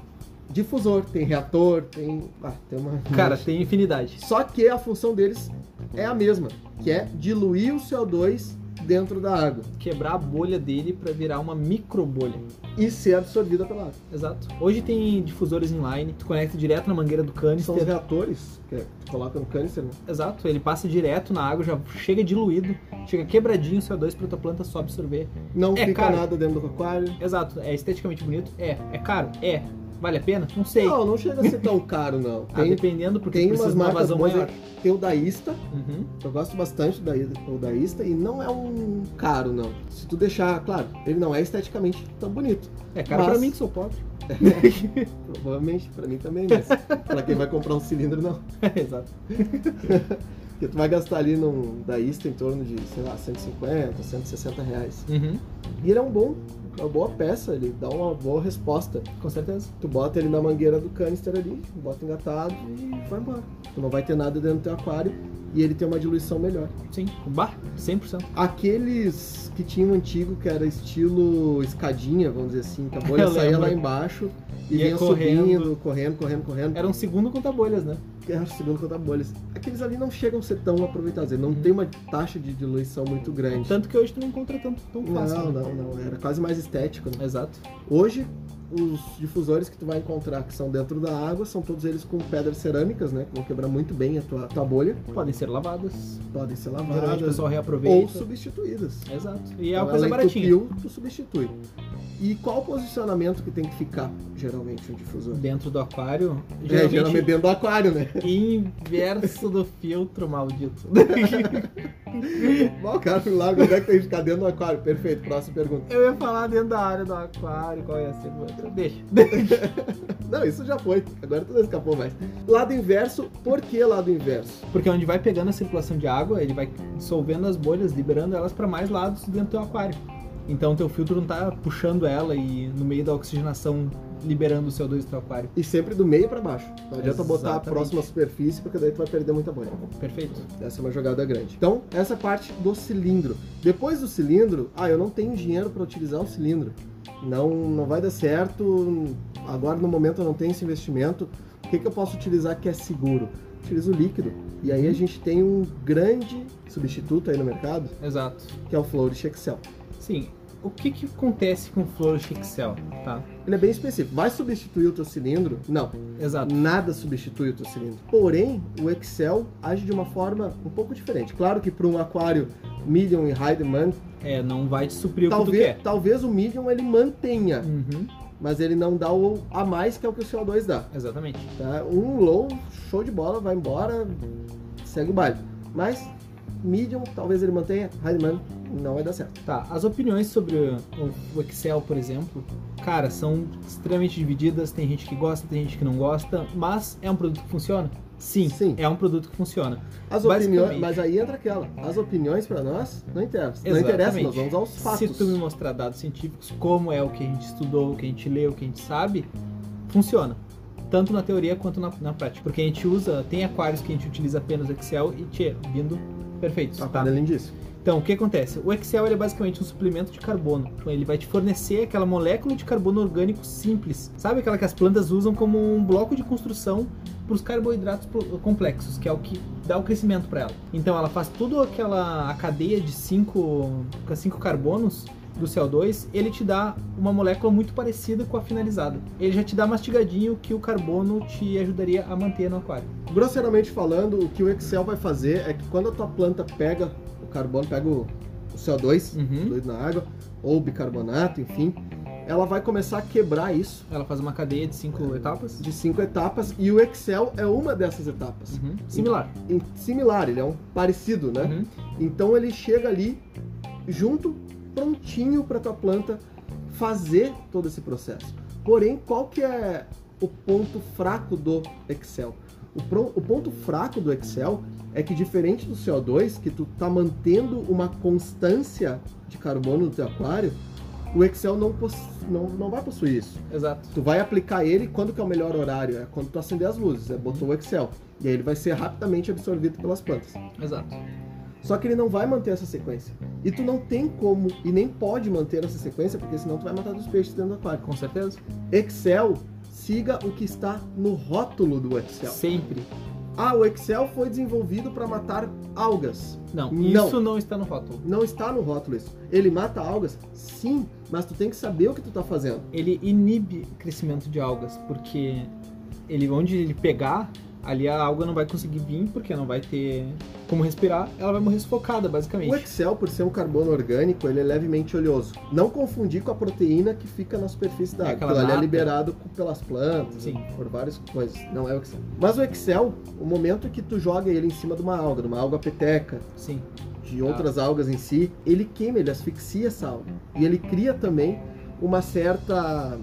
Speaker 2: difusor, tem reator, tem. Ah, tem uma.
Speaker 1: Cara, tem infinidade.
Speaker 2: Só que a função deles é a mesma, que é diluir o CO2 dentro da água
Speaker 1: Quebrar a bolha dele para virar uma micro bolha.
Speaker 2: e ser absorvida pela água.
Speaker 1: Exato. Hoje tem difusores inline, tu conecta direto na mangueira do
Speaker 2: São os
Speaker 1: canister.
Speaker 2: reatores que tu coloca no canister, né?
Speaker 1: Exato, ele passa direto na água, já chega diluído, chega quebradinho o CO2 pra tua planta só absorver.
Speaker 2: Não
Speaker 1: É,
Speaker 2: fica
Speaker 1: cara.
Speaker 2: nada dentro do aquário.
Speaker 1: Exato, é esteticamente bonito? É. É caro? É. Vale a pena? Não sei.
Speaker 2: Não, não chega a ser tão caro, não.
Speaker 1: (laughs) Ah,
Speaker 2: Tem,
Speaker 1: dependendo, porque tu
Speaker 2: tem
Speaker 1: precisa
Speaker 2: umas
Speaker 1: de uma
Speaker 2: marcas
Speaker 1: vazão
Speaker 2: boas,
Speaker 1: maior.
Speaker 2: né? tem o Daísta,
Speaker 1: Uhum.
Speaker 2: eu gosto bastante do Daí- do Daísta, e não é um caro, não. Se tu deixar, claro, ele não é esteticamente tão bonito.
Speaker 1: É caro
Speaker 2: Mas-
Speaker 1: pra mim que sou pobre.
Speaker 2: (laughs) Provavelmente, pra mim também, mas pra quem vai comprar um cilindro,
Speaker 1: (laughs)
Speaker 2: não.
Speaker 1: É, Exato.
Speaker 2: (laughs) Porque tu vai gastar ali num Daísta em torno de, sei lá, 150, 160 reais.
Speaker 1: Uhum.
Speaker 2: E ele é um bom, uma boa peça, ele dá uma boa resposta.
Speaker 1: Com certeza.
Speaker 2: Tu bota ele na mangueira do canister ali, bota engatado e vai embora. Tu não vai ter nada dentro do teu aquário e ele tem uma diluição melhor.
Speaker 1: Sim. Bah, 100%.
Speaker 2: Aqueles que tinham antigo, que era estilo escadinha, vamos dizer assim, que a bolha
Speaker 1: (laughs) Eu
Speaker 2: saía
Speaker 1: lembro.
Speaker 2: lá embaixo e
Speaker 1: Ia
Speaker 2: vinha
Speaker 1: correndo.
Speaker 2: subindo, correndo, correndo, correndo.
Speaker 1: Era um segundo contra bolhas, né?
Speaker 2: Era segundo contra bolhas. Aqueles ali não chegam a ser tão aproveitados, ele não
Speaker 1: Uhum.
Speaker 2: tem uma taxa de diluição muito grande.
Speaker 1: Tanto que hoje tu não encontra tanto tão fácil.
Speaker 2: Não,
Speaker 1: né?
Speaker 2: não, não. Era quase mais estético, né?
Speaker 1: Exato.
Speaker 2: Hoje, os difusores que tu vai encontrar que são dentro da água são todos eles com pedras cerâmicas, né? Que vão quebrar muito bem a tua, tua bolha.
Speaker 1: Podem ser lavadas.
Speaker 2: Podem ser
Speaker 1: Geralmente o
Speaker 2: lavadas
Speaker 1: pessoal
Speaker 2: ou
Speaker 1: reaproveita.
Speaker 2: substituídas.
Speaker 1: Exato. E é
Speaker 2: Então,
Speaker 1: uma coisa
Speaker 2: ela
Speaker 1: baratinha.
Speaker 2: entupiu, tu substitui. E qual o posicionamento que tem que ficar, geralmente, o difusor?
Speaker 1: Dentro do aquário.
Speaker 2: É, geralmente dentro do aquário, né? (laughs)
Speaker 1: Inverso do filtro, maldito. (laughs)
Speaker 2: Bom, cara, lá, onde é que tem que ficar dentro do aquário? Perfeito, próxima pergunta.
Speaker 1: Eu ia falar dentro da área do aquário, qual ia ser. mas Deixa.
Speaker 2: Não, isso já foi. Agora tudo escapou mais. Lado inverso, por que lado inverso?
Speaker 1: Porque é onde vai pegando a circulação de água, ele vai dissolvendo as bolhas, liberando elas para mais lados dentro do teu aquário. Então teu filtro não tá puxando ela e no meio da oxigenação liberando o CO2 do teu aquário.
Speaker 2: E sempre do meio pra baixo. Não adianta botar a
Speaker 1: Exatamente.
Speaker 2: próxima superfície, porque daí tu vai perder muita bolha.
Speaker 1: Perfeito.
Speaker 2: Essa é uma jogada grande. Então, essa é a parte do cilindro. Depois do cilindro, ah, eu não tenho dinheiro para utilizar o cilindro. Não, não vai dar certo. Agora no momento eu não tenho esse investimento. O que, que eu posso utilizar que é seguro? Utilizo o líquido. E aí a gente tem um grande substituto aí no mercado,
Speaker 1: Exato.
Speaker 2: que é o Flourish Excel.
Speaker 1: Sim. O que que acontece com o Flourish Excel, tá?
Speaker 2: Ele é bem específico. Vai substituir o teu cilindro? Não.
Speaker 1: Exato.
Speaker 2: Nada substitui o teu cilindro. Porém, o Excel age de uma forma um pouco diferente. Claro que para um aquário medium e high demand,
Speaker 1: É, não vai te suprir o que tu
Speaker 2: talvez,
Speaker 1: quer.
Speaker 2: talvez o medium ele mantenha,
Speaker 1: Uhum,
Speaker 2: mas ele não dá o a mais que é o que o CO2 dá.
Speaker 1: exatamente.
Speaker 2: tá? Um low, show de bola, vai embora, segue o baile. Mas medium, talvez ele mantenha, Heidemann não vai dar certo.
Speaker 1: Tá, as opiniões sobre o- o Excel, por exemplo, cara, são extremamente divididas. Tem gente que gosta, tem gente que não gosta, mas é um produto que funciona? Sim,
Speaker 2: Sim.
Speaker 1: é um produto que funciona.
Speaker 2: As
Speaker 1: Basicamente.
Speaker 2: opiniões, mas aí entra aquela. As opiniões para nós não interessam. Não
Speaker 1: Exatamente.
Speaker 2: interessam, nós vamos aos
Speaker 1: Se
Speaker 2: fatos.
Speaker 1: tu me mostrar dados científicos, como é o que a gente estudou, o que a gente leu, o que a gente sabe, funciona. Tanto na teoria quanto na, na prática. Porque a gente usa, tem aquários que a gente utiliza apenas Excel e tchê, vindo perfeitos.
Speaker 2: Tá,
Speaker 1: tá?
Speaker 2: quando Além disso.
Speaker 1: Então, o que acontece? O Excel ele é basicamente um suplemento de carbono. Então, ele vai te fornecer aquela molécula de carbono orgânico simples. Sabe aquela que as plantas usam como um bloco de construção para os carboidratos pro- complexos, que é o que dá o crescimento para ela. Então, ela faz toda aquela a cadeia de cinco, com cinco carbonos do CO2, ele te dá uma molécula muito parecida com a finalizada. Ele já te dá mastigadinho que o carbono te ajudaria a manter no aquário.
Speaker 2: Grosseiramente falando, o que o Excel vai fazer é que quando a tua planta pega o carbono, pega o, o CO2,
Speaker 1: Uhum.
Speaker 2: diluído na água, ou bicarbonato, enfim, ela vai começar a quebrar isso
Speaker 1: Ela faz uma cadeia de cinco etapas.
Speaker 2: de cinco etapas e o Excel é uma dessas etapas.
Speaker 1: Uhum. Similar.
Speaker 2: Em- Similar, ele é um parecido, né?
Speaker 1: Uhum.
Speaker 2: Então ele chega ali junto, prontinho para tua planta fazer todo esse processo. Porém, qual que é o ponto fraco do Excel? O, pro- o ponto fraco do Excel é que diferente do CO2, que tu tá mantendo uma constância de carbono no teu aquário, o Excel não, poss- não, não vai possuir isso.
Speaker 1: Exato.
Speaker 2: Tu vai aplicar ele quando que é o melhor horário? É quando tu acender as luzes, é botou o Excel. E aí ele vai ser rapidamente absorvido pelas plantas.
Speaker 1: Exato.
Speaker 2: Só que ele não vai manter essa sequência. E tu não tem como e nem pode manter essa sequência, porque senão tu vai matar dos peixes dentro do aquário.
Speaker 1: Com certeza.
Speaker 2: Excel, siga o que está no rótulo do Excel.
Speaker 1: Sempre.
Speaker 2: Ah, o Excel foi desenvolvido para matar algas.
Speaker 1: Não,
Speaker 2: Não.
Speaker 1: isso não está no rótulo.
Speaker 2: Não está no rótulo isso. Ele mata algas? Sim, mas tu tem que saber o que tu tá fazendo.
Speaker 1: Ele inibe crescimento de algas, porque ele onde ele pegar, ali a alga não vai conseguir vir, porque não vai ter como respirar, ela vai morrer sufocada,
Speaker 2: O
Speaker 1: basicamente.
Speaker 2: Excel, por ser um carbono orgânico, ele é levemente oleoso. Não confundir com a proteína que fica na superfície da
Speaker 1: É
Speaker 2: água.
Speaker 1: aquela
Speaker 2: Aquilo ali é
Speaker 1: nata.
Speaker 2: liberado co- pelas plantas,
Speaker 1: Sim.
Speaker 2: por várias coisas. Não é o Excel. Mas o Excel, o momento que tu joga ele em cima de uma alga, de uma alga peteca,
Speaker 1: Sim.
Speaker 2: de outras
Speaker 1: Tá.
Speaker 2: algas em si, ele queima, ele asfixia essa alga. E ele cria também uma certa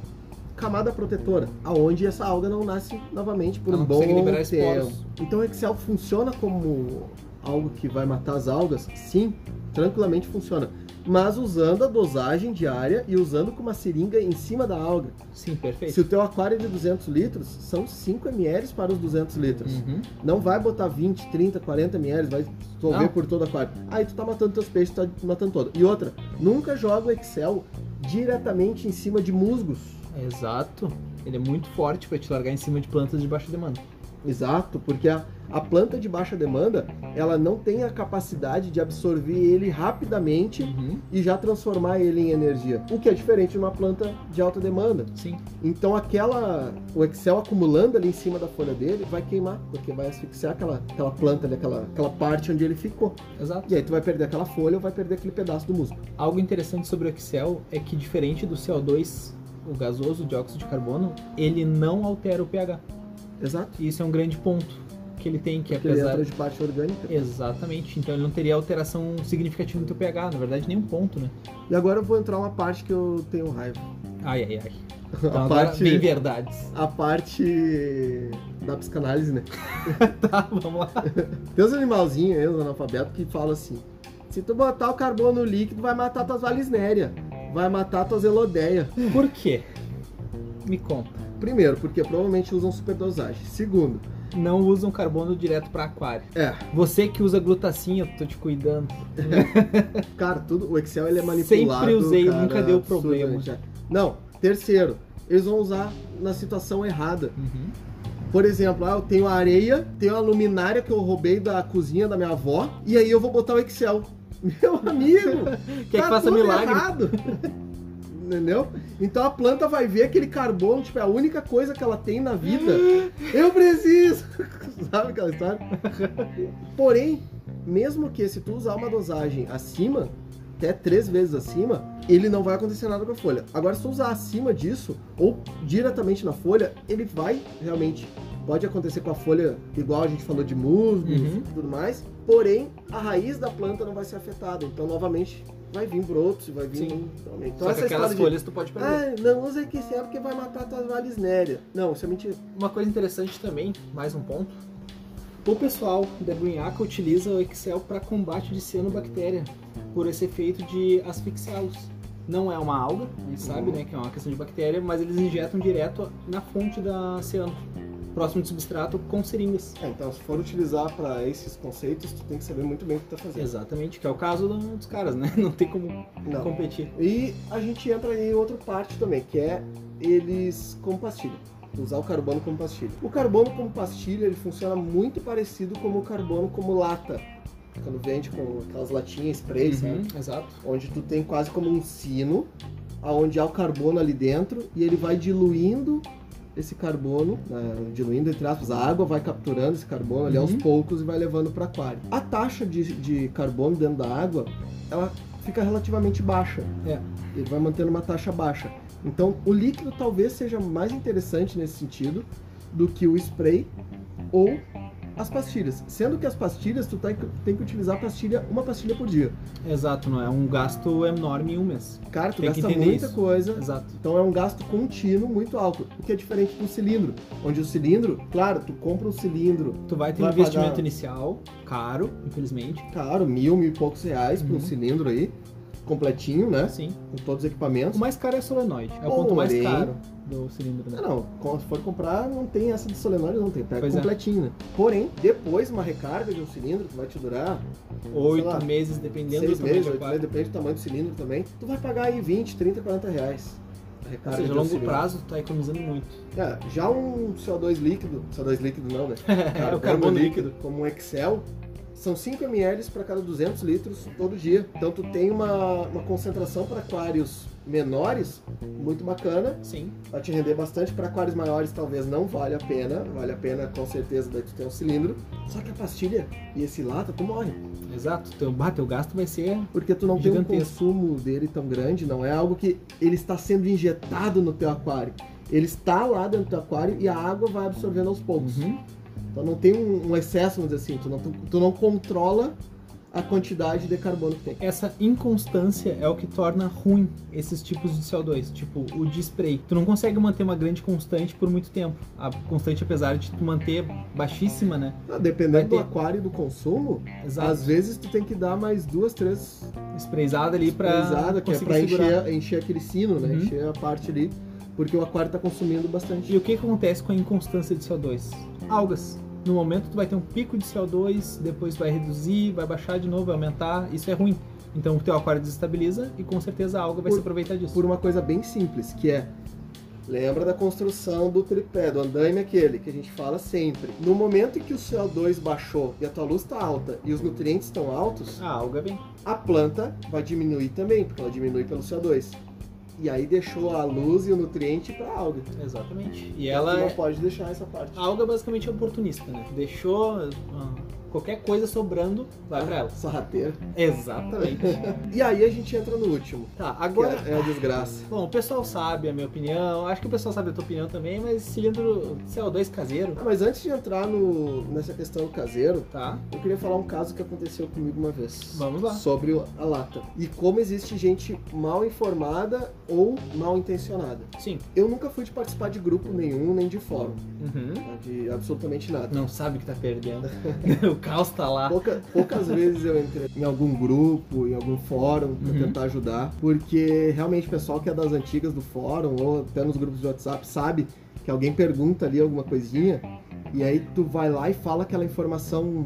Speaker 2: camada protetora, aonde essa alga não nasce novamente por
Speaker 1: Ela
Speaker 2: um
Speaker 1: não
Speaker 2: bom
Speaker 1: consegue liberar
Speaker 2: tempo.
Speaker 1: esporos.
Speaker 2: Então o Excel funciona como algo que vai matar as algas? Sim, tranquilamente funciona. Mas usando a dosagem diária e usando com uma seringa em cima da alga.
Speaker 1: Sim, perfeito.
Speaker 2: Se o teu aquário é de 200 litros, são 5 ml para os 200 litros.
Speaker 1: Uhum.
Speaker 2: Não vai botar 20, 30, 40 ml, vai dissolver
Speaker 1: Não.
Speaker 2: por toda a parte. Aí tu tá matando teus peixes, tá matando todo. E outra, nunca joga o Excel diretamente em cima de musgos.
Speaker 1: Exato. Ele é muito forte pra te largar em cima de plantas de baixa demanda.
Speaker 2: Exato, porque a, a planta de baixa demanda, ela não tem a capacidade de absorver ele rapidamente
Speaker 1: Uhum.
Speaker 2: e já transformar ele em energia. O que é diferente de uma planta de alta demanda.
Speaker 1: Sim.
Speaker 2: Então aquela. O Excel acumulando ali em cima da folha dele vai queimar, porque vai asfixiar aquela, aquela planta ali, aquela, aquela parte onde ele ficou.
Speaker 1: Exato.
Speaker 2: E aí tu vai perder aquela folha ou vai perder aquele pedaço do musgo.
Speaker 1: Algo interessante sobre o Excel é que diferente do CO2, o gasoso, o dióxido de carbono, ele não altera o pH.
Speaker 2: Exato.
Speaker 1: E isso é um grande ponto que ele tem, que
Speaker 2: Porque ele
Speaker 1: apesar
Speaker 2: entra de parte orgânica.
Speaker 1: Exatamente, então ele não teria alteração significativa no teu pH, na verdade nenhum ponto, né?
Speaker 2: E agora eu vou entrar uma parte que eu tenho raiva.
Speaker 1: Ai, ai,
Speaker 2: (laughs)
Speaker 1: ai.
Speaker 2: a
Speaker 1: Então agora
Speaker 2: parte.
Speaker 1: vem verdades. (laughs)
Speaker 2: A parte da psicanálise, né?
Speaker 1: Tá, vamos lá.
Speaker 2: Tem uns animalzinhos aí, os analfabetos, que falam assim: se tu botar o carbono líquido, vai matar tuas valisnéria, vai matar tuas elodéia.
Speaker 1: Por quê? Me conta.
Speaker 2: Primeiro, porque provavelmente usam superdosagem. Segundo,
Speaker 1: Não usam carbono direto pra aquário.
Speaker 2: é,
Speaker 1: Você que usa glutacinha, eu tô te cuidando.
Speaker 2: cara, tudo, o Excel ele é manipulado.
Speaker 1: Sempre usei,
Speaker 2: cara,
Speaker 1: nunca deu
Speaker 2: absurdamente,
Speaker 1: problema.
Speaker 2: é. Não, terceiro, eles vão usar na situação errada.
Speaker 1: Uhum.
Speaker 2: Por exemplo, ah, eu tenho a areia, tenho a luminária que eu roubei da cozinha da minha avó, e aí eu vou botar o Excel. (laughs) Meu amigo!
Speaker 1: Quer que faça milagre?
Speaker 2: Tá errado. Entendeu? Então a planta vai ver aquele carbono, tipo, é a única coisa que ela tem na vida. Eu preciso! (laughs) Sabe aquela história? Porém, mesmo que se tu usar uma dosagem acima, até três vezes acima, ele não vai acontecer nada com a folha. Agora, se tu usar acima disso, ou diretamente na folha, ele vai realmente. Pode acontecer com a folha, igual a gente falou de musgos
Speaker 1: Uhum.
Speaker 2: e tudo mais. Porém, a raiz da planta não vai ser afetada. Então, novamente, vai vir brotos, vai vir.
Speaker 1: Sim.
Speaker 2: Então,
Speaker 1: Só que aquelas
Speaker 2: história
Speaker 1: folhas tu pode
Speaker 2: de.
Speaker 1: perder.
Speaker 2: Ah, não usa que é porque vai matar tuas valisnéria. Não, isso é mentira.
Speaker 1: Uma coisa interessante também, mais um ponto. O pessoal da Green Aqua utiliza o Excel para combate de cianobactéria, por esse efeito de asfixiá-los. Não é uma alga, a gente
Speaker 2: Uhum.
Speaker 1: sabe né, que é uma questão de bactéria, mas eles injetam direto na fonte da ciano, próximo do substrato, com seringas.
Speaker 2: É, então, se for utilizar para esses conceitos, tu tem que saber muito bem o que tá fazendo.
Speaker 1: Exatamente, que é o caso do- dos caras, né? (laughs) Não tem como
Speaker 2: Não.
Speaker 1: competir.
Speaker 2: E a gente entra em outra parte também, que é eles como pastilha. Usar o carbono como pastilha. O carbono como pastilha, ele funciona muito parecido como o carbono como lata. Quando vende com aquelas latinhas spray, sabe?
Speaker 1: Uhum, exato.
Speaker 2: Onde tu tem quase como um sino, aonde há o carbono ali dentro, e ele vai diluindo esse carbono, né, diluindo entre aspas, a água vai capturando esse carbono ali aos
Speaker 1: Uhum.
Speaker 2: poucos e vai levando para aquário. A taxa de, de carbono dentro da água, ela fica relativamente baixa.
Speaker 1: É.
Speaker 2: Ele vai mantendo uma taxa baixa. Então, o líquido talvez seja mais interessante nesse sentido do que o spray ou as pastilhas. Sendo que as pastilhas, tu tá- tem que utilizar a pastilha, uma pastilha por dia.
Speaker 1: Exato, não é um gasto enorme em um mês.
Speaker 2: Cara, tu
Speaker 1: Tem que
Speaker 2: gasta
Speaker 1: entender
Speaker 2: muita
Speaker 1: isso.
Speaker 2: coisa,
Speaker 1: Exato.
Speaker 2: então é um gasto contínuo muito alto, o que é diferente do cilindro, onde o cilindro, claro, tu compra um cilindro
Speaker 1: Tu vai ter
Speaker 2: Vai
Speaker 1: um investimento
Speaker 2: pagar-
Speaker 1: inicial, caro, infelizmente.
Speaker 2: caro, mil, mil e poucos reais por um
Speaker 1: Uhum.
Speaker 2: cilindro aí, completinho, né?
Speaker 1: Sim.
Speaker 2: Com todos os
Speaker 1: O
Speaker 2: equipamentos.
Speaker 1: mais caro é solenoide. É o
Speaker 2: Porém-
Speaker 1: ponto mais caro do cilindro, né?
Speaker 2: Ah, não, com- se for comprar, não tem essa de solenoide, não tem, pega
Speaker 1: Pois é.
Speaker 2: completinho, né? Porém, depois uma recarga de um cilindro que vai te durar sei lá,
Speaker 1: Oito meses, dependendo
Speaker 2: seis
Speaker 1: do tamanho
Speaker 2: meses,
Speaker 1: do
Speaker 2: oito meses,
Speaker 1: aquário.
Speaker 2: depende do tamanho do cilindro também, tu vai pagar aí 20, 30, 40 reais.
Speaker 1: Ou
Speaker 2: recarga
Speaker 1: seja, a
Speaker 2: de
Speaker 1: longo
Speaker 2: auxílio.
Speaker 1: prazo tu tá economizando muito.
Speaker 2: É, já um CO2 líquido, CO2 líquido não, né?
Speaker 1: (laughs) É, o carbono líquido.
Speaker 2: Como um Excel, são 5 ml para cada 200 litros todo dia. Então tu tem uma, uma concentração para aquários menores muito bacana,
Speaker 1: Sim.
Speaker 2: vai te render bastante. Para aquários maiores talvez não vale a pena, vale a pena com certeza daí tu tem um cilindro. Só que a pastilha e esse lata tu morre,
Speaker 1: Exato. Teu, bah, teu gasto vai ser.
Speaker 2: porque tu não tem um
Speaker 1: Gigantesco.
Speaker 2: consumo dele tão grande, não é algo que ele está sendo injetado no teu aquário. Ele está lá dentro do teu aquário e a água vai absorvendo aos poucos.
Speaker 1: Uhum.
Speaker 2: Então não tem um, um excesso, vamos dizer assim, tu não, tu, tu não controla a quantidade de carbono que tem.
Speaker 1: Essa inconstância é o que torna ruim esses tipos de CO2, tipo o de spray. Tu não consegue manter uma grande constante por muito tempo. A constante, apesar de tu manter baixíssima, né?
Speaker 2: Ah, dependendo do
Speaker 1: Vai ter-
Speaker 2: aquário e do consumo,
Speaker 1: Exato.
Speaker 2: às vezes tu tem que dar mais duas, três
Speaker 1: Sprayzada ali pra
Speaker 2: pesada, que é
Speaker 1: conseguir
Speaker 2: pra
Speaker 1: segurar.
Speaker 2: encher, encher aquele sino, né?
Speaker 1: Uhum.
Speaker 2: Encher a parte ali, porque o aquário tá consumindo bastante.
Speaker 1: E o que que acontece com a inconstância de CO2? Algas. No momento tu vai ter um pico de CO2, depois vai reduzir, vai baixar de novo, vai aumentar. Isso é ruim. Então o teu aquário desestabiliza e com certeza a alga vai
Speaker 2: Por-
Speaker 1: se aproveitar disso.
Speaker 2: Por uma coisa bem simples, que é lembra da construção do tripé, do andaime aquele que a gente fala sempre. No momento em que o CO2 baixou e a tua luz tá alta e os nutrientes estão altos,
Speaker 1: A alga vem.
Speaker 2: a planta vai diminuir também, porque ela diminui pelo CO2. E aí deixou a luz e o nutriente para a alga.
Speaker 1: Exatamente. E
Speaker 2: Tu
Speaker 1: ela é-
Speaker 2: não pode deixar essa parte.
Speaker 1: a alga basicamente é oportunista, né? Deixou ah, qualquer coisa sobrando, vai pra ela.
Speaker 2: Sorrateira.
Speaker 1: Exatamente.
Speaker 2: E aí a gente entra no último,
Speaker 1: tá,
Speaker 2: que
Speaker 1: agora
Speaker 2: é, é a desgraça.
Speaker 1: Bom, o pessoal sabe a minha opinião, acho que o pessoal sabe a tua opinião também, mas cilindro CO2 caseiro,
Speaker 2: Ah, Mas antes de entrar no- nessa questão do caseiro,
Speaker 1: tá?
Speaker 2: eu queria falar um caso que aconteceu comigo uma vez.
Speaker 1: Vamos lá.
Speaker 2: Sobre o- a lata. E como existe gente mal informada ou mal intencionada.
Speaker 1: Sim.
Speaker 2: Eu nunca fui de participar de grupo nenhum, nem de fórum,
Speaker 1: Uhum.
Speaker 2: tá? de absolutamente nada.
Speaker 1: não sabe que tá perdendo. (laughs) o caos tá lá.
Speaker 2: Pouca- poucas vezes eu entrei em algum grupo, em algum fórum pra
Speaker 1: Uhum.
Speaker 2: tentar ajudar, porque realmente o pessoal que é das antigas do fórum ou até nos grupos de WhatsApp sabe que alguém pergunta ali alguma coisinha e aí tu vai lá e fala aquela informação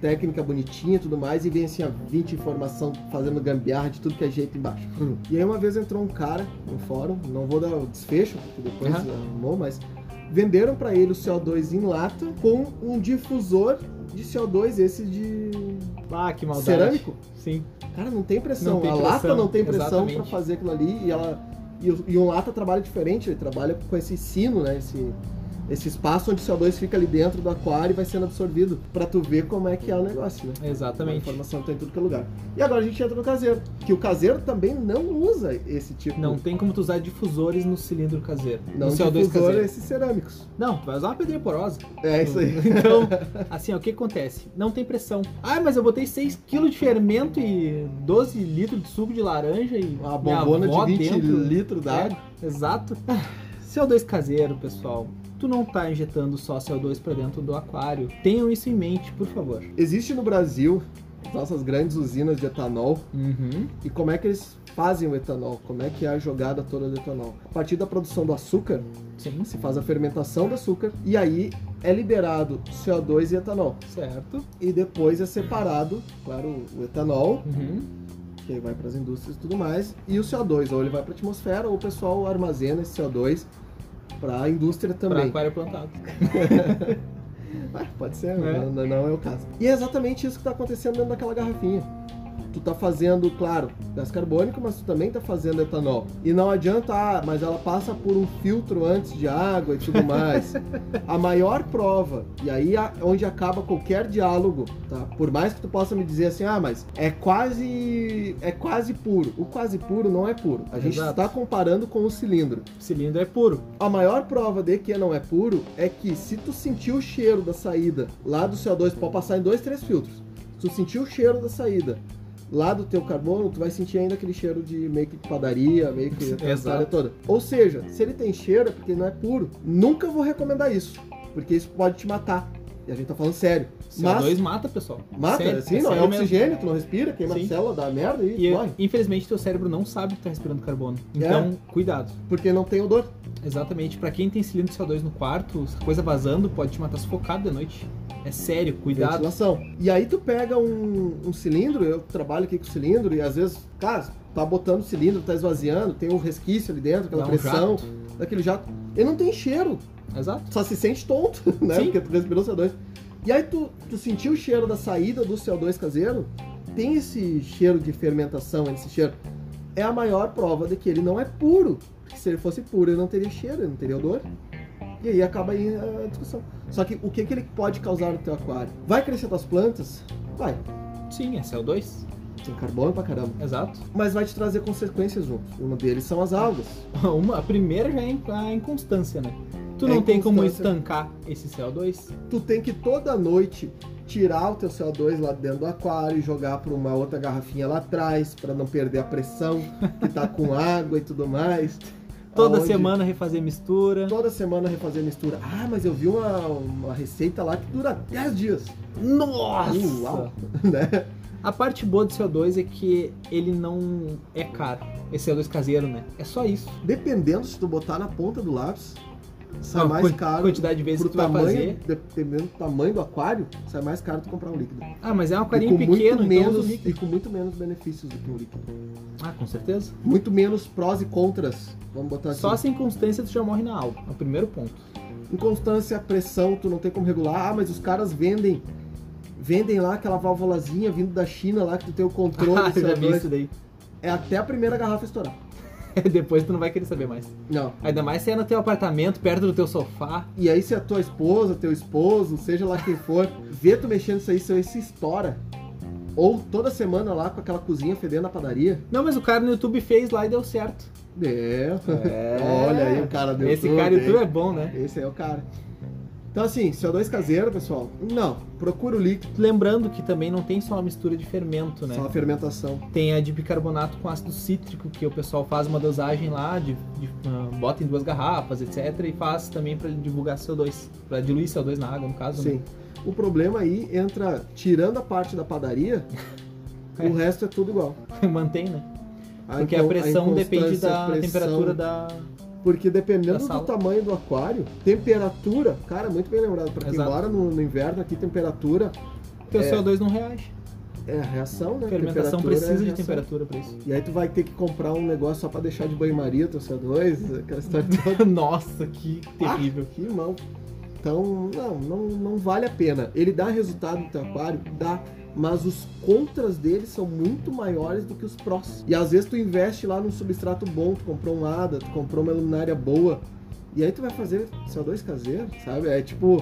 Speaker 2: técnica bonitinha e tudo mais e vem assim a 20 informação fazendo gambiarra de tudo que é jeito embaixo.
Speaker 1: Hum.
Speaker 2: E aí uma vez entrou um cara no fórum, não vou dar o desfecho porque depois
Speaker 1: Aham.
Speaker 2: arrumou, mas venderam pra ele o CO2 em lata com um difusor de CO2 esse de
Speaker 1: Ah, que maldade.
Speaker 2: cerâmico.
Speaker 1: Sim.
Speaker 2: Cara, não tem pressão.
Speaker 1: Não tem
Speaker 2: a lata
Speaker 1: pressão,
Speaker 2: não tem pressão
Speaker 1: exatamente.
Speaker 2: pra fazer aquilo ali e ela e, o- e um lata trabalha diferente, ele trabalha com esse sino, né, esse esse espaço onde o CO2 fica ali dentro do aquário e vai sendo absorvido pra tu ver como é que é o negócio, né? A
Speaker 1: Exatamente.
Speaker 2: informação tá em tudo que é lugar. E agora a gente entra no caseiro, que o caseiro também não usa esse tipo
Speaker 1: Não tem como tu usar difusores no cilindro caseiro.
Speaker 2: não
Speaker 1: no CO2
Speaker 2: difusor,
Speaker 1: caseiro.
Speaker 2: esses cerâmicos.
Speaker 1: Não, tu vai usar uma pedrinha porosa.
Speaker 2: É isso aí.
Speaker 1: (laughs) Então, assim, ó, o que acontece? Não tem pressão. Ah, mas eu botei 6kg de fermento e 12 litros de suco de laranja e
Speaker 2: Uma
Speaker 1: minha
Speaker 2: bombona
Speaker 1: avó
Speaker 2: de 20
Speaker 1: dentro.
Speaker 2: litros d'água.
Speaker 1: É, exato. (laughs) Ah, CO2 caseiro, pessoal. Tu não tá injetando só CO2 pra dentro do aquário. Tenham isso em mente, por favor.
Speaker 2: Existe no Brasil as nossas grandes usinas de etanol
Speaker 1: Uhum.
Speaker 2: e como é que eles fazem o etanol? Como é que é a jogada toda do etanol? A partir da produção do açúcar,
Speaker 1: Sim,
Speaker 2: se faz a fermentação do açúcar e aí é liberado CO2 e etanol.
Speaker 1: certo.
Speaker 2: E depois é separado, claro, o etanol,
Speaker 1: Uhum.
Speaker 2: que aí vai para as indústrias e tudo mais, e o CO2, ou ele vai para a atmosfera ou o pessoal armazena esse CO2 para a indústria
Speaker 1: Pra
Speaker 2: também.
Speaker 1: aquário plantado.
Speaker 2: Ah, pode ser,
Speaker 1: Né?
Speaker 2: não, não- não é o caso. E é exatamente isso que tá acontecendo dentro daquela garrafinha. Tu tá fazendo, claro, gás carbônico, mas tu também tá fazendo etanol. E não adianta, ah, mas ela passa por um filtro antes de água e tudo mais. a maior prova, e aí a- onde acaba qualquer diálogo, tá? Por mais que tu possa me dizer assim, ah, mas é quase. é quase puro. O quase puro não é puro. A gente
Speaker 1: Exato.
Speaker 2: está comparando com o cilindro.
Speaker 1: Cilindro é puro.
Speaker 2: A maior prova de que não é puro é que se tu sentir o cheiro da saída lá do CO2, tu pode passar em dois, três filtros. Se tu sentir o cheiro da saída lá do teu carbono, tu vai sentir ainda aquele cheiro de meio que padaria, meio que aquela
Speaker 1: Exato.
Speaker 2: história toda. Ou seja, se ele tem cheiro é porque ele não é puro. Nunca vou recomendar isso, porque isso pode te matar. E a gente tá falando sério.
Speaker 1: CO2 mata, pessoal.
Speaker 2: mas mata,
Speaker 1: Sério,
Speaker 2: assim, não é
Speaker 1: sério mesmo.
Speaker 2: oxigênio, tu não respira, queima
Speaker 1: Sim.
Speaker 2: a célula, dá merda e,
Speaker 1: E é
Speaker 2: morre.
Speaker 1: infelizmente teu cérebro não sabe que tá respirando carbono.
Speaker 2: É.
Speaker 1: Então, cuidado.
Speaker 2: Porque não tem odor.
Speaker 1: Exatamente. Pra quem tem cilindro de CO2 no quarto, essa coisa vazando pode te matar sufocado de noite. É sério, cuidado.
Speaker 2: Ventilação. E aí tu pega um, um cilindro, eu trabalho aqui com cilindro, e às vezes, cara, tá botando cilindro, tá esvaziando, tem um resquício ali dentro, aquela
Speaker 1: Dá um
Speaker 2: pressão, daquele jato. Ele não tem cheiro,
Speaker 1: Exato.
Speaker 2: só se sente tonto, (laughs) né?
Speaker 1: Sim.
Speaker 2: Porque tu respirou CO2. E aí tu, tu sentiu o cheiro da saída do CO2 caseiro, tem esse cheiro de fermentação, esse cheiro. É a maior prova de que ele não é puro. Porque se ele fosse puro, ele não teria cheiro, ele não teria odor. E aí acaba aí a discussão. Só que o que, que ele pode causar no teu aquário? Vai crescer tuas plantas? Vai.
Speaker 1: Sim, é CO2.
Speaker 2: Tem carbono pra caramba.
Speaker 1: Exato. (laughs)
Speaker 2: Mas vai te trazer consequências juntos. Um deles são as algas.
Speaker 1: Uma, a primeira já é in- a inconstância, né? Tu
Speaker 2: É
Speaker 1: não tem como
Speaker 2: inconstância.
Speaker 1: estancar esse CO2.
Speaker 2: tu tem que toda noite tirar o teu CO2 lá dentro do aquário e jogar para uma outra garrafinha lá atrás para não perder a pressão que tá com água e tudo mais.
Speaker 1: Toda
Speaker 2: Aonde-
Speaker 1: semana refazer mistura.
Speaker 2: Toda semana refazer mistura. Ah, mas eu vi uma, uma receita lá que dura 10 dias,
Speaker 1: Nossa!
Speaker 2: Uau. (laughs) né?
Speaker 1: A parte boa do CO2 é que ele não é caro. Esse CO2 caseiro, né? É só isso.
Speaker 2: Dependendo se tu botar na ponta do lápis, sai
Speaker 1: Não,
Speaker 2: mais
Speaker 1: quan-
Speaker 2: caro.
Speaker 1: Quantidade de vezes
Speaker 2: pro
Speaker 1: que tu vai fazer.
Speaker 2: tamanho, dependendo do tamanho do aquário, sai mais caro tu comprar um líquido.
Speaker 1: Ah, mas é um
Speaker 2: E
Speaker 1: aquarinho pequeno, então usa o
Speaker 2: menos,
Speaker 1: líquido.
Speaker 2: e com muito menos benefícios do que um líquido.
Speaker 1: Ah, com certeza.
Speaker 2: muito menos prós e contras. Vamos botar assim.
Speaker 1: Só sem constância tu já morre na aula. É o primeiro ponto.
Speaker 2: Inconstância, pressão, tu não tem como regular. Ah, mas os caras vendem. Vendem lá aquela válvulazinha vindo da China lá que tu tem o controle.
Speaker 1: (laughs) Ah,
Speaker 2: do
Speaker 1: eu já vi
Speaker 2: CO2.
Speaker 1: isso daí.
Speaker 2: É até a primeira garrafa estourar.
Speaker 1: Depois tu não vai querer saber mais.
Speaker 2: Não.
Speaker 1: Ainda mais se é no teu apartamento, perto do teu sofá.
Speaker 2: E aí se a tua esposa, teu esposo, seja lá quem for, vê tu mexendo isso aí, se esse estoura. Ou toda semana lá com aquela cozinha fedendo a padaria.
Speaker 1: Não, mas o cara no YouTube fez lá e deu certo. É.
Speaker 2: É. (laughs) Olha aí o cara do
Speaker 1: Esse
Speaker 2: YouTube,
Speaker 1: cara
Speaker 2: hein?
Speaker 1: YouTube é bom, né?
Speaker 2: Esse aí é o cara. Então assim, CO2 caseiro, pessoal, não. Procura o líquido,
Speaker 1: Lembrando que também não tem só a mistura de fermento, né?
Speaker 2: só a fermentação.
Speaker 1: Tem a de bicarbonato com ácido cítrico, que o pessoal faz uma dosagem lá, de, de- ah, bota em duas garrafas, etc. E faz também pra divulgar CO2, pra diluir CO2 na água, no caso. né?
Speaker 2: Sim. O problema aí entra, tirando a parte
Speaker 1: (laughs)
Speaker 2: da padaria,
Speaker 1: É.
Speaker 2: o resto é tudo igual.
Speaker 1: (laughs) Mantém, né?
Speaker 2: A
Speaker 1: Porque a
Speaker 2: inco-
Speaker 1: pressão depende
Speaker 2: inconstância,
Speaker 1: da
Speaker 2: a pressão-
Speaker 1: temperatura da.
Speaker 2: Porque
Speaker 1: da
Speaker 2: dependendo do
Speaker 1: sala.
Speaker 2: tamanho do aquário, temperatura, cara, muito bem lembrado, pra quem
Speaker 1: Exato.
Speaker 2: mora no, no inverno aqui, temperatura
Speaker 1: Teu
Speaker 2: É.
Speaker 1: CO2 não reage.
Speaker 2: é a reação, né?
Speaker 1: A fermentação
Speaker 2: Temperatura é
Speaker 1: precisa de
Speaker 2: reação.
Speaker 1: temperatura pra isso.
Speaker 2: E aí tu vai ter que comprar um negócio só pra deixar de banho-maria, teu CO2, aquela história toda. (laughs)
Speaker 1: Nossa, que terrível.
Speaker 2: Que mão. Então, não, não, não vale a pena. Ele dá resultado no teu aquário? Dá. Mas os contras dele são muito maiores do que os prós. E às vezes tu investe lá num substrato bom, tu comprou um ADA, tu comprou uma luminária boa. E aí tu vai fazer CO2 caseiro, sabe? É tipo.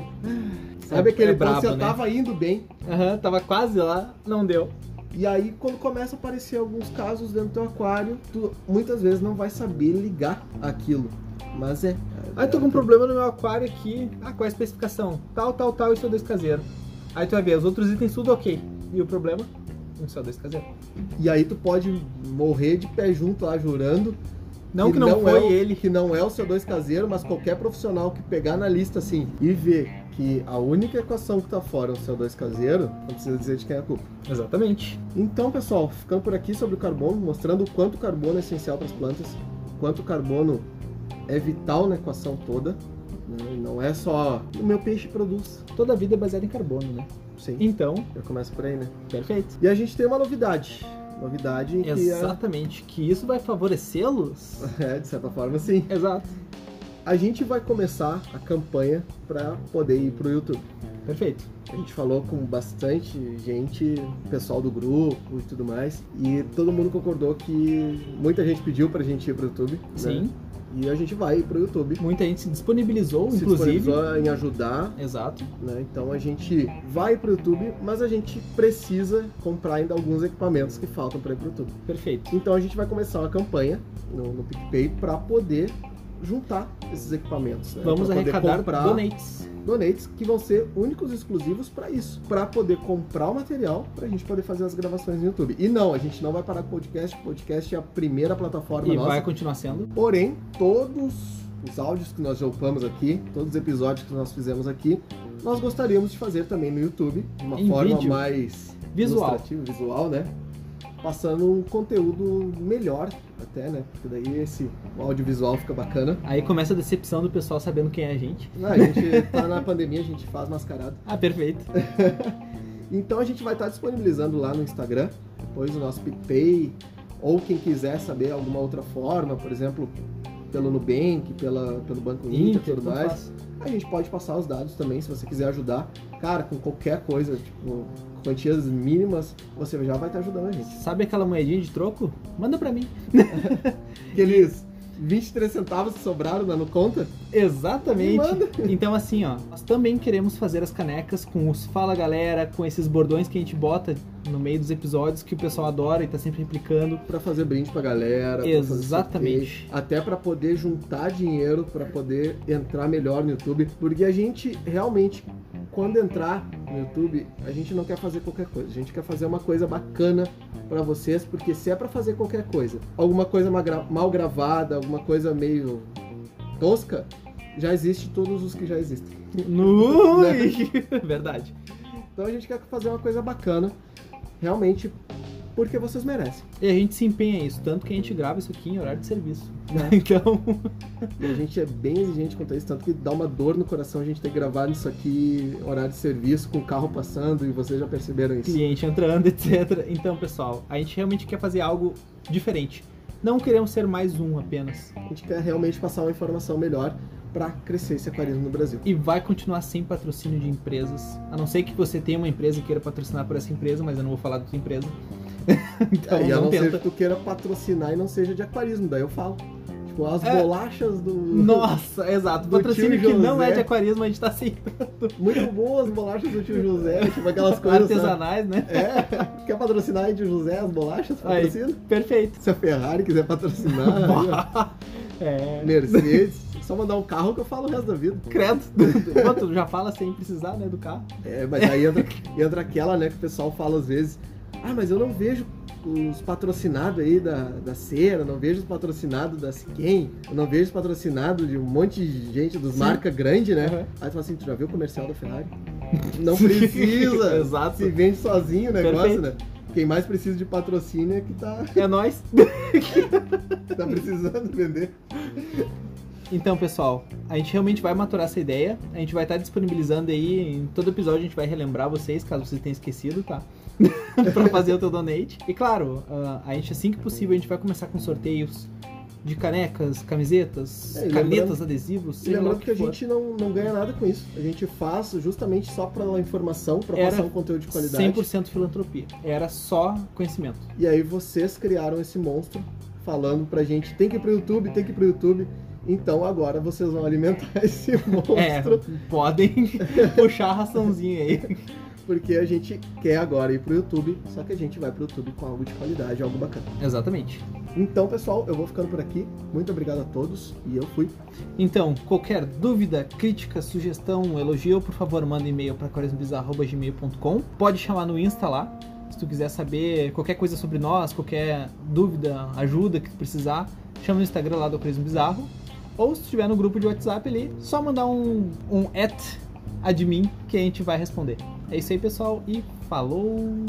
Speaker 2: Sabe aquele
Speaker 1: é
Speaker 2: ponto
Speaker 1: brabo,
Speaker 2: que você
Speaker 1: né?
Speaker 2: tava indo bem.
Speaker 1: Aham, tava quase lá, não deu.
Speaker 2: E aí, quando começa a aparecer alguns casos dentro do teu aquário, tu muitas vezes não vai saber ligar aquilo. Mas é.
Speaker 1: Aí tô com um problema no meu aquário aqui. Ah, qual é a especificação? Tal, tal, tal e CO2 caseiro. Aí tu vai ver, os outros itens tudo ok. E o problema? Um CO2 caseiro.
Speaker 2: E aí tu pode morrer de pé junto lá jurando
Speaker 1: Não que,
Speaker 2: que
Speaker 1: não,
Speaker 2: não
Speaker 1: foi
Speaker 2: é o-
Speaker 1: ele.
Speaker 2: que não é o CO2 caseiro, mas qualquer profissional que pegar na lista assim e ver que a única equação que tá fora é o CO2 caseiro, não precisa dizer de quem é a culpa.
Speaker 1: Exatamente.
Speaker 2: Então, pessoal, ficando por aqui sobre o carbono, mostrando o quanto o carbono é essencial para as plantas, quanto o carbono é vital na equação toda. né? Não é só o meu peixe produz.
Speaker 1: Toda a vida é baseada em carbono, né?
Speaker 2: Sim,
Speaker 1: Então,
Speaker 2: eu começo por aí, né?
Speaker 1: perfeito. ah,
Speaker 2: E a gente tem uma novidade. Novidade que é,
Speaker 1: Exatamente. Que isso vai favorecê-los?
Speaker 2: (laughs) é, de certa forma, sim.
Speaker 1: (laughs) Exato.
Speaker 2: A gente vai começar a campanha para poder ir pro YouTube.
Speaker 1: Perfeito.
Speaker 2: A gente falou com bastante gente, pessoal do grupo e tudo mais, e todo mundo concordou que muita gente pediu pra gente ir pro YouTube. né?
Speaker 1: Sim.
Speaker 2: E a gente vai ir pro YouTube.
Speaker 1: Muita gente se disponibilizou,
Speaker 2: Se
Speaker 1: inclusive.
Speaker 2: disponibilizou em ajudar,
Speaker 1: Exato.
Speaker 2: né? Então a gente vai pro YouTube, mas a gente precisa comprar ainda alguns equipamentos que faltam para ir pro YouTube.
Speaker 1: Perfeito.
Speaker 2: Então a gente vai começar uma campanha no, no PicPay para poder juntar esses equipamentos. né?
Speaker 1: Vamos
Speaker 2: Pra poder
Speaker 1: arrecadar
Speaker 2: comprar
Speaker 1: donates.
Speaker 2: donates que vão ser únicos e exclusivos para isso, para poder comprar o material, para a gente poder fazer as gravações no YouTube. E não, a gente não vai parar com o podcast, o podcast é a primeira plataforma
Speaker 1: E
Speaker 2: nossa.
Speaker 1: vai continuar sendo.
Speaker 2: Porém, todos os áudios que nós já upamos aqui, todos os episódios que nós fizemos aqui, nós gostaríamos de fazer também no YouTube, de uma
Speaker 1: Em
Speaker 2: forma
Speaker 1: vídeo.
Speaker 2: mais
Speaker 1: Visual.
Speaker 2: ilustrativa, visual, né? Passando um conteúdo melhor até, né? Porque daí esse o audiovisual fica bacana.
Speaker 1: Aí começa a decepção do pessoal sabendo quem é a gente.
Speaker 2: Ah, A gente tá na (laughs) pandemia, a gente faz mascarado.
Speaker 1: Ah, perfeito.
Speaker 2: Então a gente vai estar disponibilizando lá no Instagram, depois o nosso PicPay, ou quem quiser saber alguma outra forma, por exemplo, pelo Nubank, pela, pelo Banco Inter,
Speaker 1: Inter,
Speaker 2: tudo
Speaker 1: tudo
Speaker 2: mais.
Speaker 1: fácil.
Speaker 2: A gente pode passar os dados também, se você quiser ajudar. Cara, com qualquer coisa, tipo, quantias mínimas, você já vai estar ajudando a gente.
Speaker 1: Sabe aquela moedinha de troco? Manda pra mim.
Speaker 2: Aqueles 23 centavos que sobraram na no conta, me
Speaker 1: Exatamente.
Speaker 2: manda. (laughs)
Speaker 1: Então assim, ó, nós também queremos fazer as canecas com os Fala Galera, com esses bordões que a gente bota no meio dos episódios que o pessoal adora e tá sempre replicando.
Speaker 2: Pra fazer brinde pra galera. pra fazer
Speaker 1: Exatamente.
Speaker 2: sorteio, até pra poder juntar dinheiro, pra poder entrar melhor no YouTube. Porque a gente realmente, quando entrar no YouTube, a gente não quer fazer qualquer coisa. A gente quer fazer uma coisa bacana pra vocês, porque se é pra fazer qualquer coisa, alguma coisa magra- mal gravada, alguma coisa meio tosca, já existe todos os que já existem. (laughs)
Speaker 1: No...
Speaker 2: Né?
Speaker 1: (laughs) Verdade.
Speaker 2: Então a gente quer fazer uma coisa bacana, realmente, porque vocês merecem.
Speaker 1: E a gente se empenha nisso, tanto que a gente grava isso aqui em horário de serviço.
Speaker 2: Né?
Speaker 1: (laughs) Então,
Speaker 2: E a gente é bem exigente quanto a isso, tanto que dá uma dor no coração a gente ter que gravar isso aqui, horário de serviço, com o carro passando, e vocês já perceberam isso.
Speaker 1: cliente entrando, etc. Então, pessoal, a gente realmente quer fazer algo diferente. Não queremos ser mais um apenas.
Speaker 2: A gente quer realmente passar uma informação melhor pra crescer esse aquarismo no Brasil.
Speaker 1: E vai continuar sem patrocínio de empresas. A não ser que você tenha uma empresa e queira patrocinar por essa empresa, mas eu não vou falar da tua empresa. (laughs) então,
Speaker 2: É, e a
Speaker 1: não
Speaker 2: não
Speaker 1: tenta.
Speaker 2: ser que tu queira patrocinar e não seja de aquarismo, daí eu falo. Tipo, as
Speaker 1: É.
Speaker 2: bolachas do.
Speaker 1: Nossa, exato.
Speaker 2: Do
Speaker 1: Patrocínio
Speaker 2: tio
Speaker 1: que não é
Speaker 2: José.
Speaker 1: de aquarismo, a gente tá sem
Speaker 2: (laughs) Muito boas as bolachas do
Speaker 1: (laughs)
Speaker 2: tio José, tipo aquelas coisas. sabe?
Speaker 1: artesanais, né?
Speaker 2: É. Quer patrocinar aí, tio José, as bolachas?
Speaker 1: Aí.
Speaker 2: Patrocina.
Speaker 1: Perfeito.
Speaker 2: Se a Ferrari
Speaker 1: (laughs)
Speaker 2: quiser patrocinar,
Speaker 1: É.
Speaker 2: Mercedes, só mandar um carro que eu falo o resto da vida.
Speaker 1: Credo. (laughs) Pô, tu já fala sem precisar, né, do carro.
Speaker 2: É, mas aí entra, entra aquela, né, que o pessoal fala às vezes, ah, mas eu não vejo os patrocinados aí da, da cera, não vejo os patrocinados da Siquem, eu não vejo os patrocinados de um monte de gente, dos
Speaker 1: Sim.
Speaker 2: marca grande, né?
Speaker 1: Uhum.
Speaker 2: Aí tu fala assim, tu já viu o comercial da Ferrari? Não
Speaker 1: (laughs)
Speaker 2: precisa!
Speaker 1: Exato.
Speaker 2: Se vende sozinho o negócio,
Speaker 1: Perfeito.
Speaker 2: né? Quem mais precisa de patrocínio é que tá,
Speaker 1: É nóis.
Speaker 2: tá precisando vender.
Speaker 1: Então, pessoal, a gente realmente vai maturar essa ideia. A gente vai estar disponibilizando aí em todo episódio, a gente vai relembrar vocês, caso vocês tenham esquecido, tá? (laughs) pra fazer o teu donate. E claro, ah, a gente assim que possível a gente vai começar com sorteios de canecas, camisetas,
Speaker 2: É, e lembrando-
Speaker 1: canetas, adesivos,
Speaker 2: E
Speaker 1: seja lá o
Speaker 2: lembrando que a
Speaker 1: for.
Speaker 2: gente não, não ganha nada com isso. A gente faz justamente só pela informação, pra
Speaker 1: Era
Speaker 2: passar um conteúdo de qualidade.
Speaker 1: 100% filantropia. Era só conhecimento.
Speaker 2: E aí vocês criaram esse monstro falando pra gente, tem que ir pro YouTube, tem que ir pro YouTube. Então agora vocês vão alimentar (laughs) esse
Speaker 1: É,
Speaker 2: monstro,
Speaker 1: podem (laughs) puxar a raçãozinha aí.
Speaker 2: porque a gente quer agora ir pro YouTube, só que a gente vai pro YouTube com algo de qualidade, algo bacana.
Speaker 1: Exatamente.
Speaker 2: Então, pessoal, eu vou ficando por aqui. Muito obrigado a todos e eu fui.
Speaker 1: Então, qualquer dúvida, crítica, sugestão, elogio, por favor, manda e-mail para quaresmabizarro.gmail.com. Pode chamar no Insta lá, se tu quiser saber qualquer coisa sobre nós, qualquer dúvida, ajuda que tu precisar, chama no Instagram lá do Aquarismo Bizarro. Ou se tiver no grupo de WhatsApp ali, só mandar um, um at admin que a gente vai responder. É isso aí, pessoal, e falou!